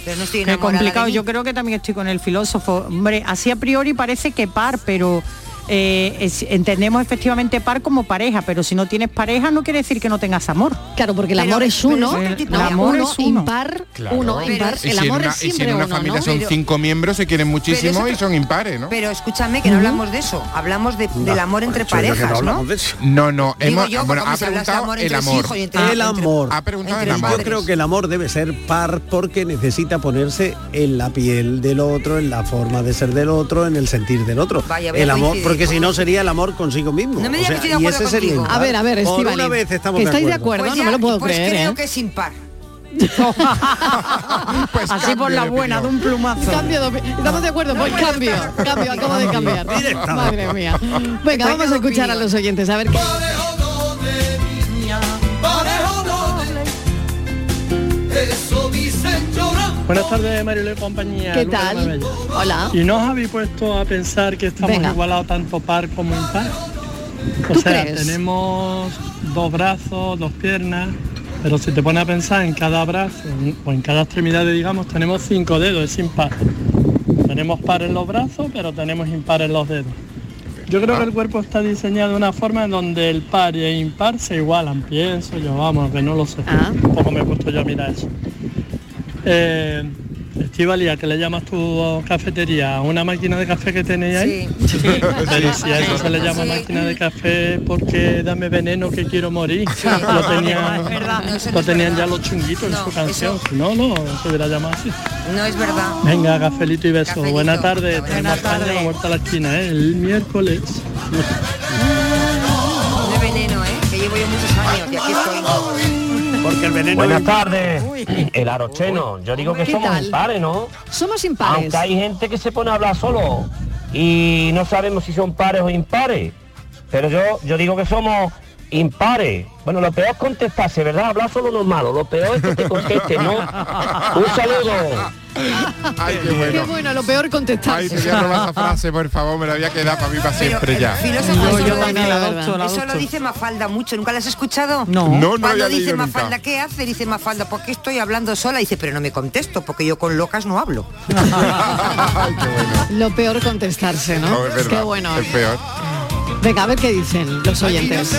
Pero no estoy
Qué
enamorada
complicado,
de mí.
yo creo que también estoy con el filósofo. Hombre, así a priori parece que par, pero eh, es- entendemos efectivamente par como pareja, pero si no tienes pareja no quiere decir que no tengas amor.
Claro, porque el amor es uno,
el
¿no?
este amor
Uno,
es uno.
impar,
Claro.
uno,
Pero-
impar.
y
el
si en
amor
una,
es
y si en
siempre
una
uno,
familia
¿no?
son
Pero-
cinco miembros, se quieren muchísimo
eso
y
te-
son impares, ¿no?
Pero escúchame que no hablamos de eso, hablamos de- del amor entre
pues
parejas, ¿no?
No, no,
Digo
hemos,
yo,
bueno,
como
ha
si hablas de
preguntado
amor
el
entre los
amor.
hijos y entre-
Ah, el amor.
Ha preguntado el
Yo
amor.
creo que el amor debe ser par porque necesita ponerse en la piel del otro, en la forma de ser del otro, en el sentir del otro.
Vaya, voy a
el amor,
coincidir.
porque si no sería el amor consigo mismo.
No me
O
digas
sea,
que estoy de
y
acuerdo
ese sería
contigo.
impar. Por una vez estamos
que
de acuerdo.
estáis de acuerdo,
Pues
no
ya,
me lo puedo
pues
creer.
creo
¿eh?
que
[LAUGHS]
es impar.
Así por la buena, de un plumazo.
Cambio de opi- Estamos de acuerdo, pues cambio, cambio, acabo de cambiar. Madre mía. Venga, vamos a escuchar a los oyentes, a ver qué.
Parejo doble. Eso dicen llorando.
Buenas tardes, Mario y compañía.
¿Qué
Lucas de
tal?
Marbella.
Hola.
¿Y no os habéis puesto a pensar que estamos
Venga.
igualados tanto par como impar? O
¿Tú
sea,
crees?
tenemos dos brazos, dos piernas, pero si te pones a pensar en cada brazo o en cada extremidad, digamos, tenemos cinco dedos, es impar. Tenemos par en los brazos, pero tenemos impar en los dedos. Yo creo que el cuerpo está diseñado de una forma en donde el par y el impar se igualan, pienso yo, vamos, que no lo sé. Tampoco me he puesto yo a mirar eso. Eh, Estivalia, que le llamas tu cafetería, ¿A una máquina de café que tenéis ahí. [LAUGHS] Pero si a eso se le llama máquina de café porque dame veneno que quiero morir. Lo tenían, lo tenían ya los chunguitos en su canción. Si No, no, se hubiera llamado así.
No es verdad.
Venga, cafelito y beso. Buenas tardes. Buenas tardes. La vuelta a la esquina, ¿eh? El miércoles.
No es veneno, ¿eh? Que llevo yo muchos años y aquí estoy.
Porque el veneno...
Buenas tardes, el arocheno. Yo digo que
¿Qué
somos
tal?
impares, ¿no?
Somos impares.
Aunque hay gente que se pone a hablar solo y no sabemos si son pares o impares. Pero yo, yo digo que somos impares. Bueno, lo peor es contestarse, ¿verdad? Hablar solo no es malo. Lo peor es que te conteste, ¿no? Un saludo.
[LAUGHS] Ay, qué bueno.
Qué bueno, lo peor contestar.
Ay, te voy a robar
[LAUGHS]
esa frase, por favor, me la voy a quedar para mí para siempre ya.
Eso lo
también,
dice-
la adopto, la
Eso lo
adopto.
dice Mafalda mucho, ¿nunca la has escuchado?
No. No, no la
Cuando
había
dice
leído
Mafalda,
nunca.
¿qué hace? Dice Mafalda, ¿por qué estoy hablando sola? Dice, pero no me contesto, porque yo con locas no hablo.
[LAUGHS]
Lo peor contestarse, ¿no?
No, es verdad,
Qué bueno. ¿eh?
Es peor.
Venga, a ver qué dicen los oyentes.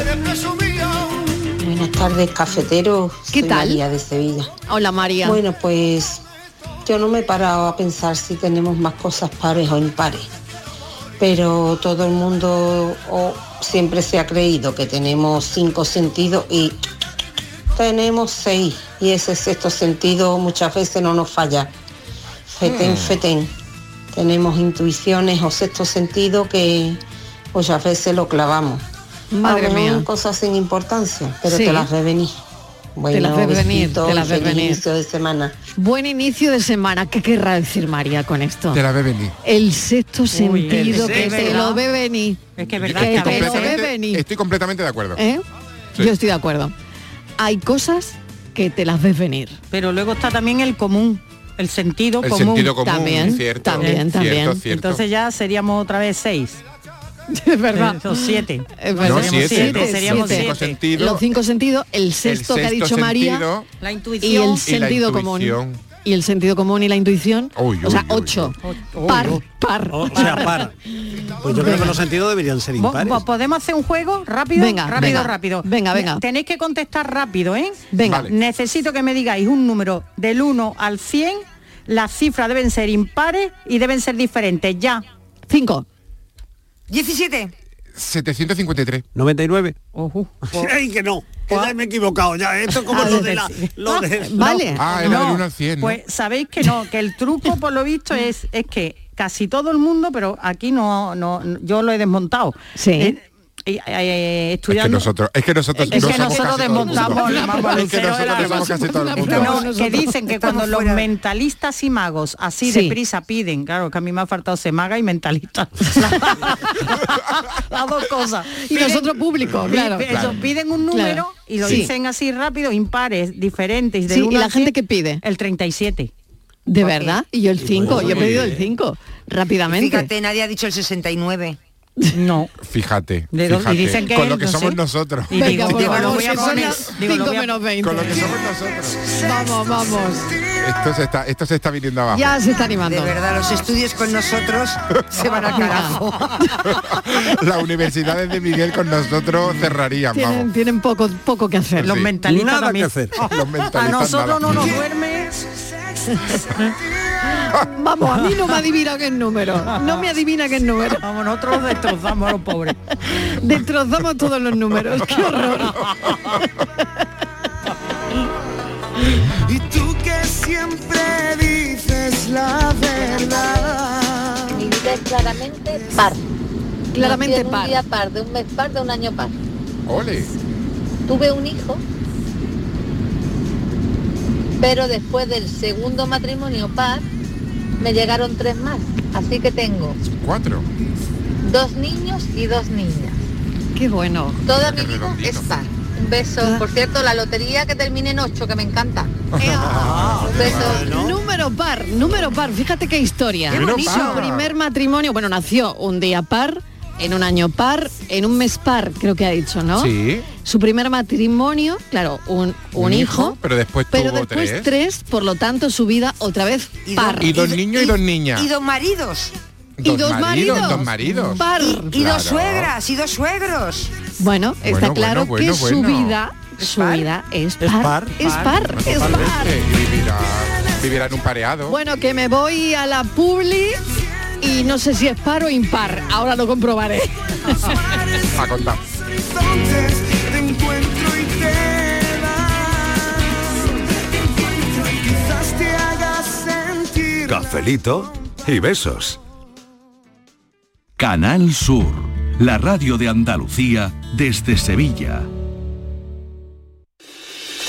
Buenas tardes, cafeteros.
¿Qué
Soy
tal?
María de Sevilla.
Hola, María.
Bueno, pues yo no me he parado a pensar si tenemos más cosas pares o impares, pero todo el mundo o siempre se ha creído que tenemos cinco sentidos y tenemos seis y ese sexto sentido muchas veces no nos falla. Feten,
Hmm.
feten. Tenemos intuiciones o sexto sentido que muchas veces lo clavamos.
Madre
A lo mejor
mía.
Cosas sin importancia, pero
Sí.
te las ves venir. Bueno,
las ves venir,
besitos
te
y
las ves
feliz
venir.
inicio de semana.
Buen inicio de semana. ¿Qué querrá decir María con esto?
Te la ve venir.
El sexto
el
sentido
sexto.
que te
¿Verdad?
lo ve venir.
Es que
Que
estoy,
te lo ve
completamente,
venir.
estoy completamente de acuerdo.
¿Eh? Yo estoy de acuerdo. Hay cosas que te las ves venir.
Pero luego está también el común, el sentido
El
común.
sentido común, También, cierto, también, cierto, también. cierto.
Entonces ya seríamos otra vez seis.
[LAUGHS]
Eh,
Es verdad.
O siete.
Es
No,
verdad.
siete,
ah, Siete,
no,
seríamos
siete.
siete.
Los cinco sentidos.
Los cinco sentidos, el sexto que ha
sexto
dicho
sentido.
María.
La
Y
intuición.
el sentido común.
intuición.
Y el sentido común y la intuición.
Uy,
o sea,
uy, uy,
ocho. Par, par.
O sea,
[LAUGHS]
par. Pues yo creo que los sentidos deberían ser
Vo-
impares.
vo- ¿Podemos hacer un juego? Rápido,
Venga,
rápido,
venga.
rápido.
Venga, venga.
Tenéis que contestar rápido, ¿eh?
Venga. Vale.
Necesito que me digáis un número del 1 al 100. Las cifras deben ser impares y deben ser diferentes. Ya.
5.
17.
753.
99. [LAUGHS]
Ay,
que no. Que ya me he equivocado ya. Esto es como
Ah,
lo de la...
sí.
lo
Ah, [LAUGHS]
de-
Vale.
Ah,
No.
Pues, No, Pues sabéis que no, que el truco por lo visto es, es que casi todo el mundo, pero aquí no, no, no- yo lo he desmontado. Eh,
Sí.
Es que
estudiando.
nosotros, es que
Es
nosotros, no
que
somos
nosotros
casi todo el mundo.
desmontamos la vamos,
Es que
Lucero,
nosotros
era-
tenemos casi todo el mundo.
No, que dicen que cuando los mentalistas y magos así
Sí.
deprisa piden, claro, que a mí me ha faltado semaga y mentalista. [LAUGHS] Las dos cosas.
Y nosotros público,
pi-
claro.
eso,
Claro.
piden un número
Claro.
y lo
Sí.
dicen así rápido, impares, diferentes. De
Sí, ¿y
uno
la
al
gente
cien,
que pide?
El 37.
De verdad, y yo el 5,
pues,
yo he
muy
pedido el
bien.
5, rápidamente.
Fíjate, nadie ha dicho el 69.
No.
Fíjate,
¿De dónde?
fíjate,
Y dicen que
con
es,
lo que
no
somos
sé.
nosotros.
Y Venga, digo, por digo, favor, lo voy a
son
poner-
las
digo, lo
5
voy a-
menos 20.
con lo que somos nosotros.
Vamos, vamos.
Esto se está, esto se está viniendo abajo.
Ya se está animando.
De verdad,
[LAUGHS]
los estudios con
[LAUGHS]
nosotros se van al carajo.
[LAUGHS] Las universidades de Miguel con nosotros cerrarían, vamos.
Tienen, tienen poco, poco que hacer.
Los Sí. mentalistas Nada también. que hacer.
Oh,
Los mentalistas
a Ah, nosotros
nada.
no nos
[LAUGHS]
duerme. Vamos, a mí no me adivina qué número. No me adivina qué número.
Vamos, nosotros destrozamos a los pobres.
Destrozamos todos los números. Qué
[LAUGHS]
horror.
[LAUGHS] Y tú que siempre dices la verdad.
Mi vida es claramente par.
Claramente
Nací en
par.
Un día par, de un mes par, de un año par.
Ole.
Tuve un hijo, pero después del segundo matrimonio par, me llegaron tres más. Así que tengo
Cuatro.
dos niños y dos niñas.
Qué bueno. Ah.
Toda mi vida es par. Un beso. Por cierto, la lotería que termine en ocho, que
[LAUGHS]
me encanta. Un beso.
Número par, número par. Fíjate qué historia.
Qué Número bonito. par.
Su primer matrimonio, bueno, nació un día par, en un año par, en un mes par, creo que ha dicho, ¿no?
Sí.
Su primer matrimonio, claro, un, un hijo,
Pero después
pero
tuvo
después tres.
tres.
por lo tanto su vida otra vez par.
Y dos niños y dos niñas.
Y dos maridos.
Dos maridos, dos maridos.
Par.
Y dos
Claro.
suegras, y dos suegros.
Bueno, está
Bueno,
claro
bueno,
que
bueno,
su
bueno.
vida, su vida es par. Es par. Es par.
Bueno, totalmente. Y vivirá, vivirá en
[LAUGHS]
un pareado.
Bueno, que me voy a la publi y no sé si es par o impar. Ahora lo comprobaré.
A contar.
Entonces te encuentro y te vas. Te encuentro y quizás te hagas sentir.
Cafelito y besos.
Canal Sur, la radio de Andalucía desde Sevilla.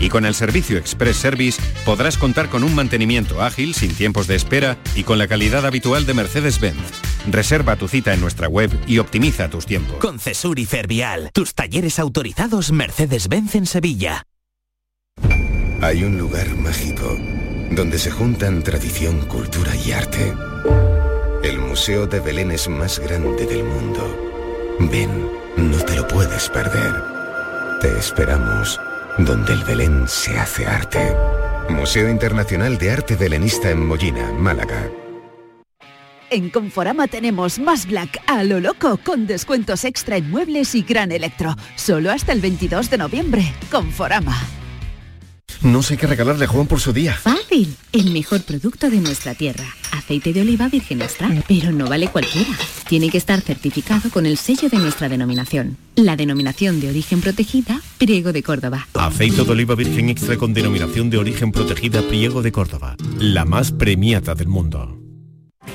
Y con el servicio Express Service podrás contar con un mantenimiento ágil, sin tiempos de espera y con la calidad habitual de Mercedes-Benz. Reserva tu cita en nuestra web y optimiza tus tiempos.
Con Cesur y Fervial, tus talleres autorizados Mercedes-Benz en Sevilla.
Hay un lugar mágico donde se juntan tradición, cultura y arte. El Museo de Belén es más grande del mundo. Ven, no te lo puedes perder. Te esperamos donde el Belén se hace arte. Museo Internacional de Arte Belenista en Mollina, Málaga.
En Conforama tenemos más Black a lo loco con descuentos extra en muebles y gran electro. Solo hasta el 22 de noviembre. Conforama.
No sé qué regalarle a Juan por su día.
Fácil, el mejor producto de nuestra tierra, aceite de oliva virgen extra, pero no vale cualquiera. Tiene que estar certificado con el sello de nuestra denominación, la denominación de origen protegida, Priego de Córdoba.
Aceite de oliva virgen extra con denominación de origen protegida Priego de Córdoba, la más premiata del mundo.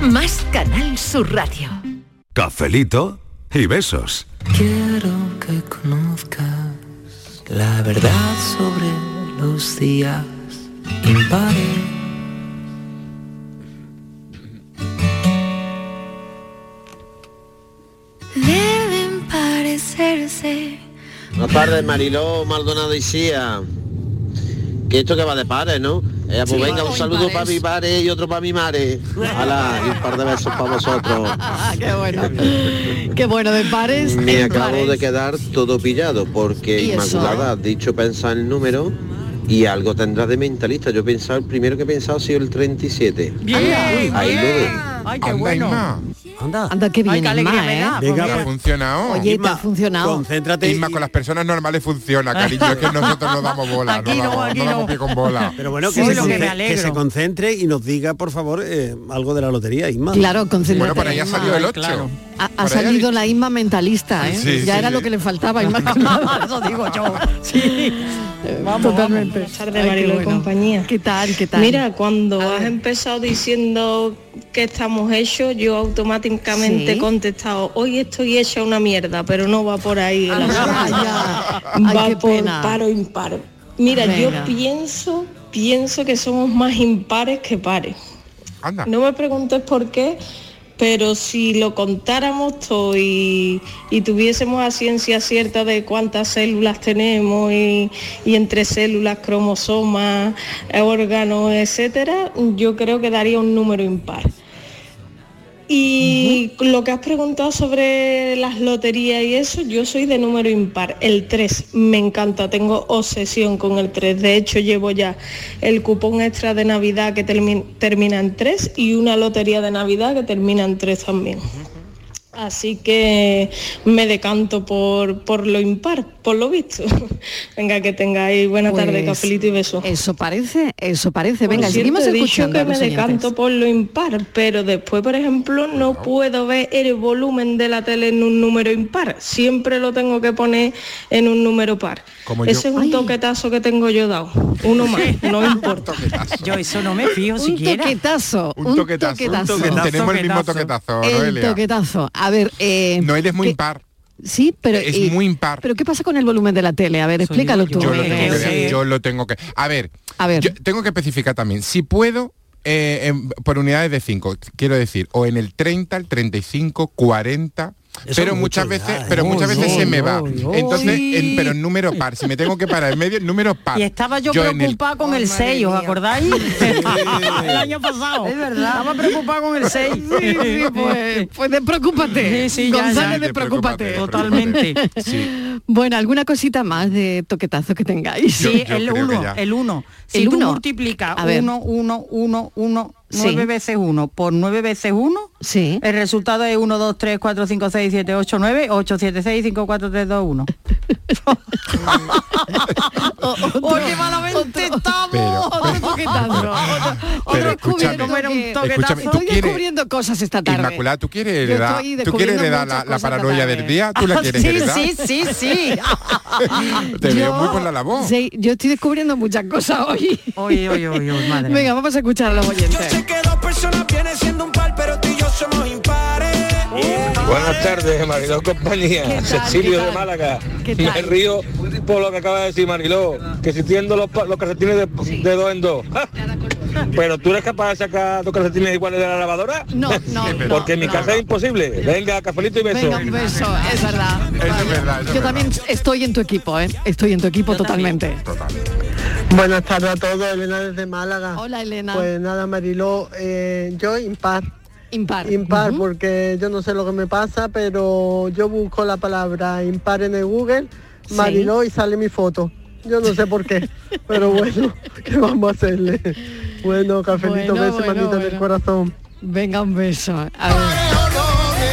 más Canal Sur Radio.
Cafelito y besos.
Quiero que conozcas la verdad sobre los días impares.
Deben parecerse.
Buenas tardes, Mariló Maldonado y Sia. Que esto que va de pares, ¿no? Eh, pues
Sí,
venga, un
hoy
saludo
pares.
para mi pares y otro para mi mare. Hala, y un par de besos para
[LAUGHS]
vosotros.
Qué
[LAUGHS]
bueno. Qué bueno de pares.
Me
en
acabo
pares.
de quedar todo pillado porque
¿Y eso?
Inmaculada has dicho pensar el número y algo tendrás de mentalista. Yo pensaba, el primero que he pensado ha sido el 37.
Bien,
Ahí lo ves.
Ay, qué bueno.
Anda.
Anda, qué bien,
Ay, qué alegría
Inma,
me
¿eh?
Ah,
da, pues
Venga,
mira.
ha funcionado.
Oye, te ha funcionado.
Inma, con las personas normales funciona, cariño. Es que nosotros no damos bola.
Aquí
no,
no,
damos,
aquí
no damos
no.
pie con bola.
[LAUGHS] Pero bueno, que, se, conce- que se concentre y nos diga, por favor, eh, algo de la lotería, Isma.
Claro, concéntrate,
Bueno, para ella Isma. salió el ocho.
Ha, ha
Por ahí
salido la Inma mentalista, ¿eh?
Sí,
ya
sí,
era
sí.
lo que le
[LAUGHS]
faltaba, Inmaculada.
Eso digo
[LAUGHS]
yo. Sí. Vamos,
Totalmente.
vamos.
Ay, qué
Marilo y
bueno.
compañía.
¿Qué tal? ¿Qué tal?
Mira, cuando has empezado diciendo que estamos hechos, yo automáticamente
Sí.
he contestado, hoy estoy hecha una mierda, pero no va por ahí. el asunto.
Ah, Ay,
va
qué
por
pena.
paro impar. Mira,
Venga.
yo pienso, pienso que somos más impares que pares. No me preguntes por qué, pero si lo contáramos todo y, y tuviésemos a ciencia cierta de cuántas células tenemos y, y entre células, cromosomas, eh, órganos, etcétera, yo creo que daría un número impar. Y lo que has preguntado sobre las loterías y eso, yo soy de número impar, el 3, me encanta, tengo obsesión con el 3, de hecho llevo ya el cupón extra de Navidad que termi- termina en 3 y una lotería de Navidad que termina en 3 también. Así que me decanto por, por lo impar, por lo visto. [LAUGHS] Venga, que tengáis buena tarde,
Pues,
cafelito y besos.
Eso parece, eso parece. Venga,
Por
seguimos
cierto, he
escuchando a
dicho que me
los oyentes.
decanto por lo impar, pero después, por ejemplo, no puedo ver el volumen de la tele en un número impar. Siempre lo tengo que poner en un número par.
Como
Ese
yo.
es un
Ay.
toquetazo que tengo yo dado.
[LAUGHS]
Uno más,
[LAUGHS]
no me importa.
Yo eso no me fío siquiera.
toquetazo,
Un toquetazo,
toquetazo.
un toquetazo.
Tenemos el mismo
Toquetazo.
toquetazo,
El
Noelia.
toquetazo. A ver, eh,
Noelia es muy
¿qué-
impar.
Sí, pero
Es
y-
muy impar.
Pero qué pasa con el volumen de la tele? A ver, explícalo tú.
Yo lo
eh,
tengo que
eh,
ver, yo lo tengo que- A ver, yo tengo que especificar también. Si puedo, eh, en- por unidades de 5, quiero decir, o en el 30, el 35, 40.
Eso
pero
es
muchas
mucho ya,
veces,
¿eh?
pero
No,
muchas veces
no,
se me
no,
va.
no.
Entonces,
Sí.
en- pero en número par, si me tengo que parar en medio, en número par.
Y estaba yo,
en el-
preocupada con el 6, ¿os acordáis? [LAUGHS] el año pasado. Es verdad. Estaba preocupada con
[LAUGHS]
el 6.
Sí,
[LAUGHS]
sí, pues, pues despreocúpate.
Sí, sí, ya,
González,
ya.
despreocúpate.
Totalmente.
[LAUGHS] Bueno, alguna cosita más de toquetazo que tengáis.
Sí, el 1, el 1. Si
El
tú
uno.
multiplicas
A ver.
1, 1, 1, 1,
Sí.
9 veces 1 por 9 veces 1, [LAUGHS] el resultado es 1, 2, 3, 4, 5, 6, 7, 8, 9, 8, 7, 6, 5, 4, 3, 2, 1.
¡Oh, qué malamente estamos! Otro toquetazo.
Pero
Otro
escúchame,
descubriendo que-
escúchame, ¿tú
Estoy
quieres-
descubriendo cosas esta tarde.
Inmaculada, ¿tú quieres
Yo
heredar-
estoy
tú quieres
descubriendo
heredar la-
muchas
la
cosas esta
paranoia del
tarde.
día? ¿Tú la
[LAUGHS]
quieres
sí,
heredar?
Sí, sí, sí.
Te veo muy con la labor.
Sí, yo estoy descubriendo muchas cosas hoy.
Oye, oye, oye, madre.
Venga, vamos a escuchar a los oyentes.
Que dos personas vienen siendo un par, pero tú y yo somos impares.
Buenas tardes, Mariló
¿Qué
compañía.
tal, qué
Cecilio
tal?
de Málaga.
¿Qué
Me
tal?
río por lo que acaba de decir Mariló, que si tiendo los, pa- los calcetines de, de dos en dos. [LAUGHS] Pero tú eres capaz de sacar dos calcetines iguales de la lavadora? [LAUGHS]
No, no,
Porque en mi casa es imposible. Venga, cafelito y beso.
Venga, un beso, es verdad.
es verdad,
Yo también estoy en tu equipo, ¿eh? Estoy en tu equipo totalmente.
Buenas tardes a todos, Elena desde Málaga.
Hola, Elena.
Pues nada, Mariló, eh, yo impar.
Impar.
Impar, porque yo no sé lo que me pasa, pero yo busco la palabra impar en el Google,
Sí.
Mariló, y sale mi foto. Yo no sé
[LAUGHS]
por qué, pero bueno, ¿qué vamos a hacerle? Bueno,
Bueno,
cafelito, beso,
bueno,
manito en el
bueno.
corazón.
Venga, un beso. A ver.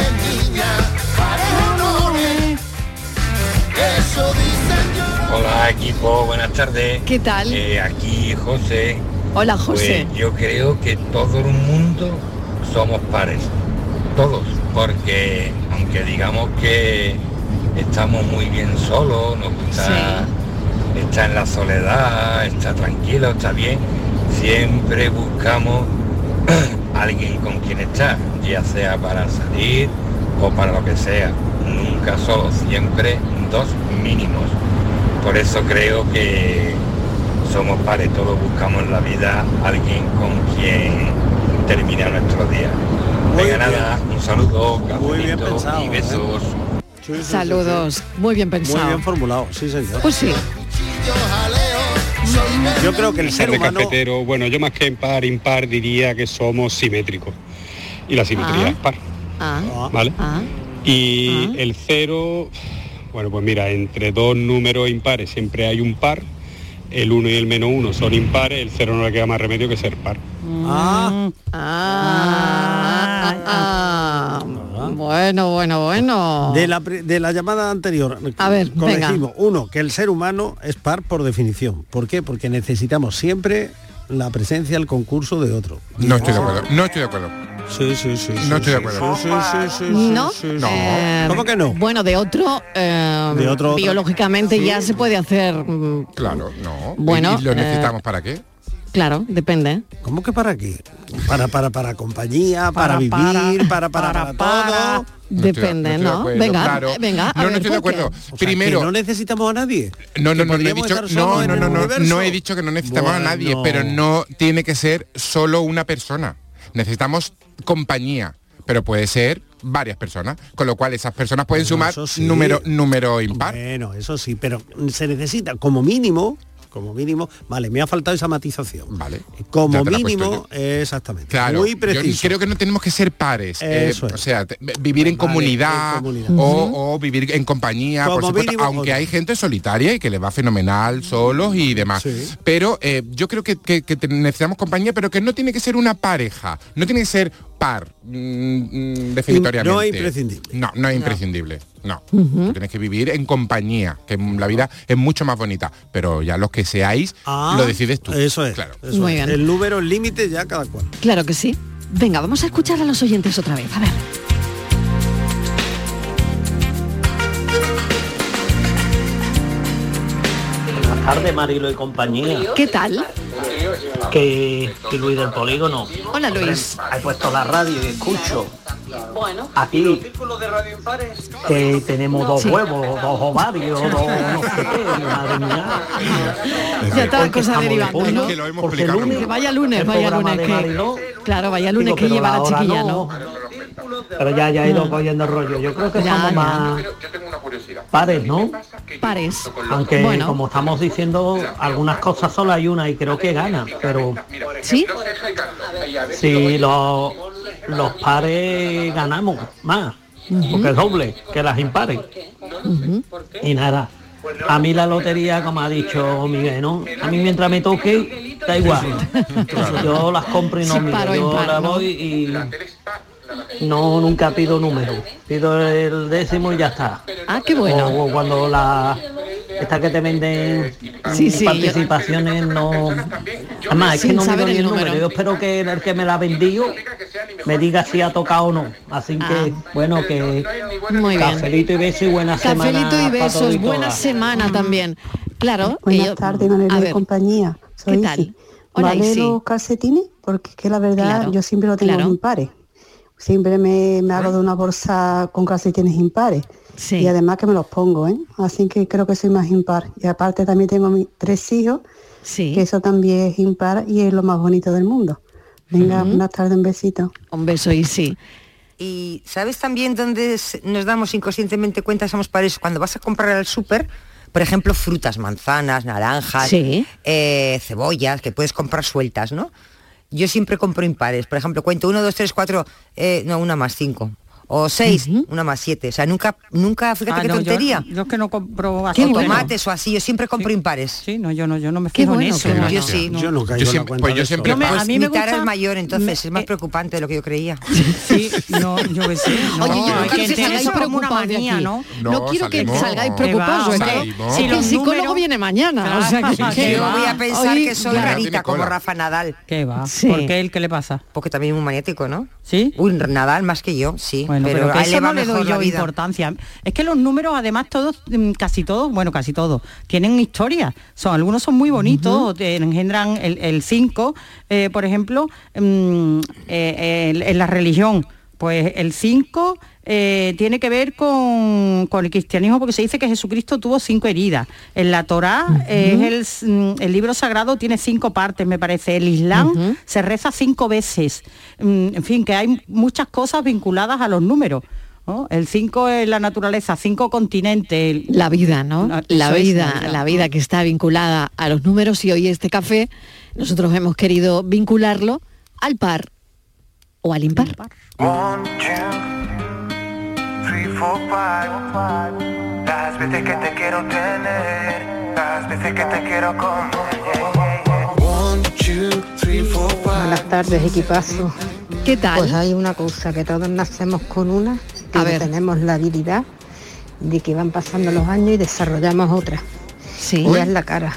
Hola equipo, buenas tardes.
¿Qué tal?
Eh, aquí José.
Hola, José.
Pues yo creo que todo el mundo somos pares, todos, porque aunque digamos que estamos muy bien solos, nos gusta estar en la soledad, estar tranquilo, está bien, siempre buscamos [CLEARS THROAT] alguien con quien estar, ya sea para salir o para lo que sea, nunca solo, siempre dos mínimos. Por eso creo que somos pares, todos buscamos en la vida alguien con quien terminar nuestro día. Venga, nada, un saludo, cafelito y besos.
Saludos. Muy bien pensado.
Muy bien formulado, sí señor.
Pues sí.
Yo creo que el ser
Tarde,
humano-
cafetero, bueno, yo más que impar, impar diría que somos simétricos. Y la simetría
Ah.
es par,
Ah.
¿vale? Y el cero, bueno, pues mira, entre dos números impares siempre hay un par. El 1 y el menos 1 son impares, el cero no le queda más remedio que ser par.
Ah. Ah, ah, ah. Bueno, bueno, bueno.
De la, pri- de la llamada anterior, eh,
A ver, venga.
corregimos. Uno, que el ser humano es par por definición. ¿Por qué? Porque necesitamos siempre la presencia, el concurso de otro.
No estoy de acuerdo, no estoy de acuerdo.
Sí, sí, sí.
No estoy de acuerdo.
¿No?
No.
Eh,
¿Cómo que no?
Bueno, de otro, eh,
De otro-
biológicamente ya se puede hacer, mm,
Claro, no.
Bueno,
¿Y, y lo
eh,
necesitamos para qué?
claro, depende.
¿Cómo que para qué? Para, para, para compañía, para, vivir, para, para, para, todo.
Depende,
estoy de
¿no?
acuerdo,
Venga,
claro.
eh, venga, a
No, no
ver,
estoy de
¿por qué?
acuerdo.
O sea, que
Primero,
no necesitamos a nadie. Que
No, no, no, no he
podríamos
dicho,
estar solos
no,
en
no,
el
no, no,
universo.
no he dicho que no necesitamos a nadie,
Bueno.
pero no tiene que ser solo una persona. Necesitamos compañía, pero puede ser varias personas, con lo cual esas personas pueden sumar número número impar.
Bueno, eso sí, pero se necesita como mínimo, como mínimo, vale, me ha faltado esa matización.
Vale. Ya
Como
te la he puesto
mínimo, exactamente.
Claro,
muy
yo
preciso.
creo que no tenemos que ser pares, eh,
Eso es.
o sea, te- vivir en
Vale,
comunidad,
en comunidad.
O, o vivir en compañía, por
Como
supuesto,
mínimo,
aunque
oye.
hay gente solitaria y que le va fenomenal solos y demás. Pero eh, yo creo que, que- que te- necesitamos compañía, pero que no tiene que ser una pareja, no tiene que ser par, mm, mm, definitoriamente.
No es imprescindible.
No, no es imprescindible. No, Tú tienes que vivir en compañía, que la vida es mucho más bonita, pero ya los que seáis
Ah,
lo decides tú.
Eso es.
Claro.
eso
Muy
es.
bien.
El número límite ya cada cual.
Claro que sí. Venga, vamos a escuchar a los oyentes otra vez. A ver.
Buenas tardes, Marilo y compañía.
¿Qué tal?
Que, que Luis del Polígono.
Hola, Luis.
He puesto la radio y escucho.
Bueno.
Aquí que tenemos dos huevos, dos
[LAUGHS]
ovarios, dos no sé qué, madre mía.
Ya está la
Porque
cosa
estamos de
derivando,
punto,
¿no?
porque el lunes-
Que vaya lunes,
el
vaya
programa
lunes.
de Mariló,
Que, claro, vaya lunes
digo,
que
pero
lleva la
la hora
chiquilla, ¿no?
no. Pero ya, ya he ido cogiendo el rollo. Yo creo que
Mm. Ya,
somos
ya.
más pares, ¿no?
Pares.
Aunque
Bueno.
como estamos diciendo, algunas cosas solo hay una y creo que gana, pero
¿Sí?
si los, los pares ganamos más, porque es doble que las impares. Y nada, a mí la lotería, como ha dicho Miguel, ¿no? A mí mientras me toque, da igual. Yo las compro y no Sí, miro, paro, yo impar, la ¿no? voy y no nunca pido número, pido el décimo y ya está.
Ah, qué bueno.
O, o cuando la esta que te venden
Sí, sí,
participaciones no además es que
Sin
no
saber
digo ni
el
el número.
número.
yo espero que el que me la ha vendido me diga si ha tocado o no así que bueno que
Ah. Muy bien.
cafelito y beso y buena semana
Cafelito y
para todos
besos,
y
buena
todas.
semana también. Claro. y yo-
Buenas tardes, Manuel
a
de
ver,
compañía. Soy
¿qué tal?
Isi.
Hola,
¿Vale
Isi.
los calcetines? Porque es que la verdad
Claro,
yo siempre lo tengo
claro.
impares. Siempre me, me hago de una bolsa con calcetines impares. Y además que me los pongo, ¿eh? Así que creo que soy más impar. Y aparte también tengo mis tres hijos, que eso también es impar y es lo más bonito del mundo. Venga,
Ujú.
buenas tardes, un besito.
Un beso y sí.
Y sabes también dónde es- nos damos inconscientemente cuenta somos pares cuando vas a comprar al súper, por ejemplo, frutas, manzanas, naranjas,
Sí.
eh, cebollas, que puedes comprar sueltas, ¿no? Yo siempre compro impares, por ejemplo, cuento 1, 2, 3, 4, eh, no, una más cinco. O seis, una más siete. O sea, nunca, nunca, fíjate
Ah,
qué
no, yo-
tontería.
Yo, es que no compro
Qué
así.
bueno. tomates o así, yo siempre compro impares.
Sí, no, yo no, yo no me fijo en eso.
Yo sí.
Yo no caigo
Yo
en la
siempre-
cuenta
pues yo
de eso.
siempre-
Pues
a mí
mi
me
tara
gusta-
es mayor, entonces es más preocupante de lo que yo [LAUGHS] creía.
Sí, no, yo que sí. no.
Oye, yo
hay
nunca
que
sé si
tener
salgáis
eso como una
preocupados de
manía,
aquí.
¿no?
No,
No,
quiero que
salimos.
salgáis
Que
preocupados.
va,
es que-
salimos.
si el
Los
psicólogo
números-
viene mañana. o sea, que- que-
yo voy a pensar
hoy-
que soy
ya.
rarita como Rafa Nadal.
¿Qué va?
Sí.
¿Por qué él qué le pasa?
Porque también es un maniático, ¿no?
Sí.
Uy, Nadal más que yo, sí.
Bueno,
pero,
pero, que
a él
eso
le va
no le
mejor
doy
la
yo
vida.
importancia. Es que los números, además, todos, mm, casi todos, bueno, casi todos, tienen historia. Son, algunos son muy bonitos, te engendran el 5, por ejemplo, mm, eh, el- en la religión. Pues el 5 tiene que ver con, con el cristianismo porque se dice que Jesucristo tuvo cinco heridas. En la Torá eh, es el s- mm, el, libro sagrado tiene cinco partes, me parece. El Islam se reza cinco veces. Mm, En fin, que hay muchas cosas vinculadas a los números. ¿no? El 5 es la naturaleza, cinco continentes. el-
La vida, ¿no?
Ah,
La
eso es,
vida, la vida que está vinculada a los números y hoy este café, nosotros hemos querido vincularlo al par o al impar.
One, two, three, four, five. Las veces que te quiero tener, las veces que te quiero comer. One, two, three, four, five.
Buenas tardes, equipazo.
¿Qué tal?
Pues hay una cosa, que todos nacemos con una,
A
pero
ver.
tenemos la habilidad de que van pasando los años y desarrollamos otra.
Sí.
Y es la cara.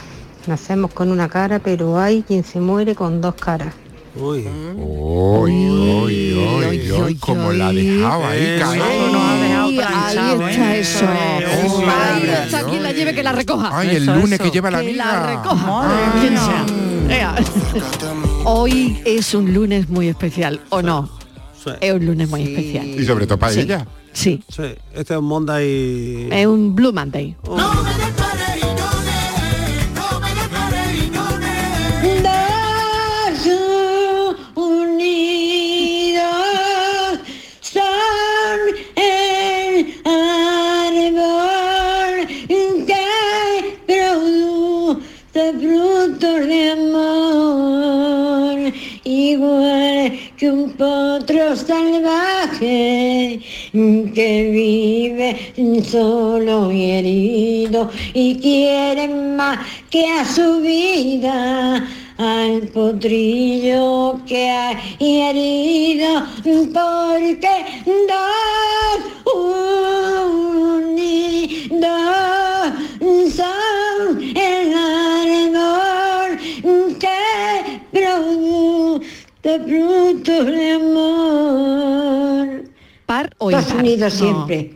Nacemos con una cara, pero hay quien se muere con dos caras.
Uy.
Mm.
Uy, uy, uy, uy, como la dejaba ahí caer.
Ahí, ahí está ¿eh? eso. Ahí está quien la lleve que la recoja.
Ay, el
Eso,
lunes
eso.
que lleva la
Que
amiga.
recoja. Quien sea. Ea. Hoy es un lunes muy especial, ¿o no? Es un lunes muy especial.
Y sobre todo para
Sí.
ella.
Sí.
Este es un Monday.
Es un Blue Monday.
Nación unidos son el árbol que produce frutos de amor, igual que un potro salvaje que vive solo y herido y quiere más que a su vida al potrillo que hay herido porque dos unidos son el árbol que produce frutos de amor
par o
dos
impar?
unidos
No.
siempre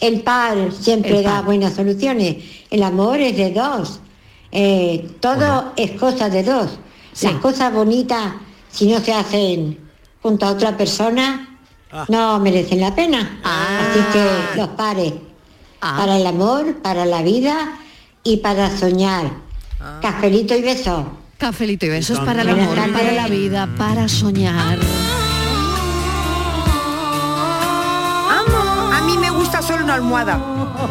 el par siempre
El
da
par.
buenas soluciones. El amor es de dos. Eh, todo es cosa de dos. Las cosas bonitas, si no se hacen junto a otra persona, no merecen la pena. Así
Ah.
que los pares. Para el amor, para la vida y para soñar. Cafelito y beso.
Cafelito y besos para el amor,
Buenas
para la vida, para soñar.
A mí me gusta solo una almohada.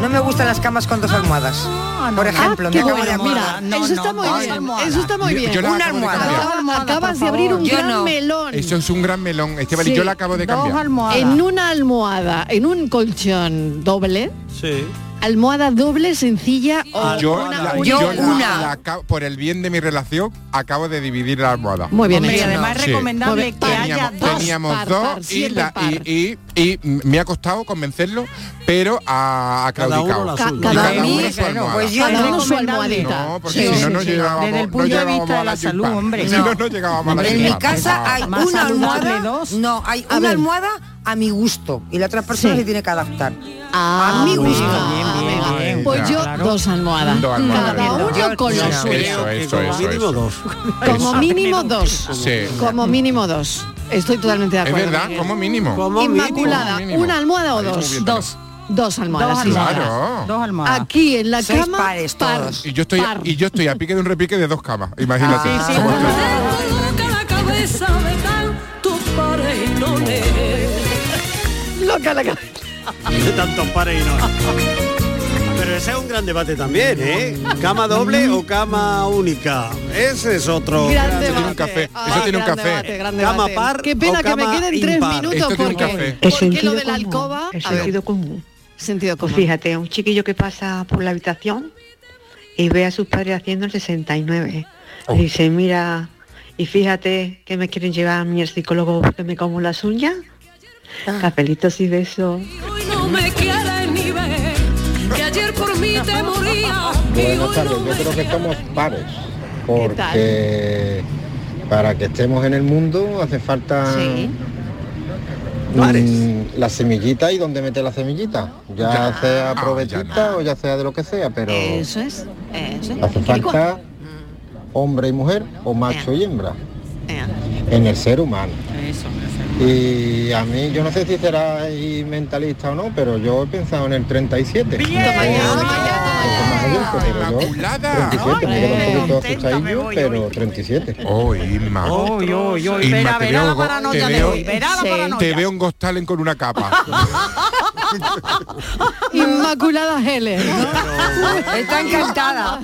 No me gustan las camas con dos almohadas. Por ejemplo,
qué
me acabo
bueno,
de
mira,
acordar.
eso está muy bien, eso está muy bien.
Una almohada.
Acabas de abrir un
Yo
gran
no.
melón.
Eso es un gran melón. Esteban, y
Sí,
yo la acabo de cambiar.
En una almohada, en un colchón doble,
Sí.
almohada doble, sencilla o
yo
Oh, una.
la-
única?
yo la- la acabo- por el bien de mi relación, acabo de dividir la almohada.
Muy bien
Hombre,
hecho.
además es
Sí.
recomendable que haya
Teníamos,
dos
teníamos
par,
dos
par,
y,
siete
la- y-
par.
y- y me ha costado convencerlo, pero ha, ha
Cada uno
claudicado.
la suya.
Y
Cada
cada
uno
uno
su
su
almohada.
almohada.
Pues yo
Cada uno su
recomendable.
almohadita.
No, porque
Sí,
si
sí,
no, no
sí.
llegábamos
Desde el punto de
llegábamos
vista de
a
la salud,
yuca.
hombre.
Si no, no llegábamos a la
En mi
yuca.
casa hay
Más
una
saludable
almohada. No, hay una almohada a mi gusto y la otra persona
Sí.
se tiene que adaptar.
Ah,
a mi
bueno,
gusto. Ah,
venga. Pues yo dos almohadas.
Dos
Cada
almohadas, venga.
uno con
Yo
la
creo
suya.
Eso, eso,
como
eso,
mínimo
eso.
dos.
Como mínimo dos.
Sí.
Como mínimo dos. Estoy totalmente de
Es
acuerdo.
verdad,
Miguel.
como mínimo. Como mínimo.
Inmaculada,
Como mínimo.
una almohada o
Ahí muy
dos.
bien
Dos. Dos almohadas. sí,
almohadas.
señora.
Claro. Dos
almohadas.
Aquí en la
Seis
cama. par.
Y yo estoy y yo estoy a pique de un repique de dos camas, imagínate.
Ah,
Ah. Cada cabeza de tanto
Loca la
De tantos pares y no. Pero ese es un gran debate también, ¿eh? ¿Cama doble o cama única? Ese es otro.
Gran
Eso tiene un
debate.
café.
Ah,
Eso tiene un
gran
café.
debate, gran
cama
debate.
par.
Qué pena
o
que me
cama
queden tres
impar.
minutos Esto tiene un porque- café.
El
¿Por qué lo
sentido
de la
común,
alcoba?
El
A ver.
sentido común. Pues
Sentido común.
Fíjate, un chiquillo que pasa por la habitación y ve a sus padres haciendo el 69.
Oh.
Y dice, mira, y fíjate que me quieren llevar a mí al psicólogo porque me como las uñas.
Ah.
Capelitos y besos.
hoy no me quieres ni ver. Que ayer por mí te moría.
Buenas tardes, yo creo que somos pares, porque para que estemos en el mundo hace falta mm, la semillita y dónde meter la semillita, ya,
Ya.
sea
Ah,
provetita
ya no.
o ya sea de lo que sea, pero
Eso es, eso
hace falta hombre y mujer o macho y hembra
Eh.
en el ser humano.
Eso,
Y a mí, yo no sé si será ahí mentalista o no, pero yo he pensado en el 37. 37,
Inmaculada.
me queda un poquito asustadillo, pero 37.
Oh, Inma. Inma, te veo, go- te veo, te veo en Ghost Talent con una
[LAUGHS]
capa.
Inmaculada Heller.
Está encantada.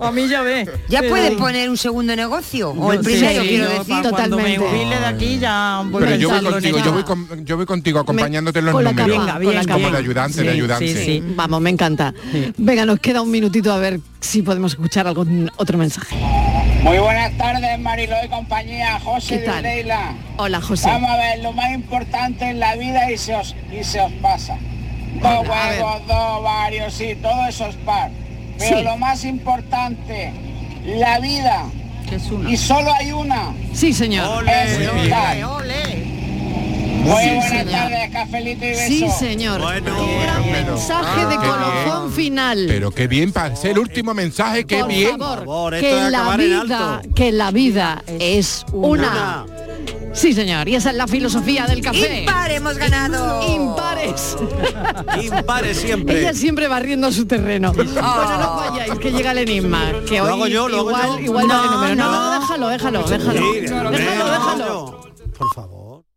A mí ya ve.
Ya
Pero-
puedes poner un segundo negocio o el
Sí,
primero,
sí,
quiero
yo
decir.
pa' cuando me jubile de aquí ya voy
Pero yo voy
pensando en
contigo, yo
ello.
voy, con- yo voy contigo acompañándote en los
con la
números.
capa, Venga, bien,
como
bien.
de ayudante, de
Sí,
ayudante.
sí, sí. Vamos, me encanta. Venga, nos queda un minutito a ver si podemos escuchar algún otro mensaje.
Muy buenas tardes, Mariló y compañía. José
¿Qué
de
tal?
Leila.
Hola, José.
Vamos a ver, lo más importante en la vida y se os, y se os pasa.
Hola, a
Dos huevos, dos varios y todo eso es par. Pero
Sí.
lo más importante, la vida. Y solo hay una.
Sí, señor.
Es disfrutar. Muy
Sí,
buenas
señor.
tardes, cafelito y beso.
Sí, señor. Qué gran mensaje de
qué bien.
colofón final.
Pero qué bien, para ser el último mensaje, qué
Por
bien.
favor, que la vida, que la vida es una. Sí, señor, y esa es la filosofía del café.
Impar hemos ganado.
Impares.
Impares siempre.
Ella siempre Ah. barriendo su terreno. Bueno, no os vayáis, que llega el enigma. Que
Lo
hoy
hago yo, lo hago
igual,
yo.
igual
No,
vale número. no,
no.
no, déjalo, déjalo, déjalo.
Sí,
Déjalo, déjalo.
Por favor.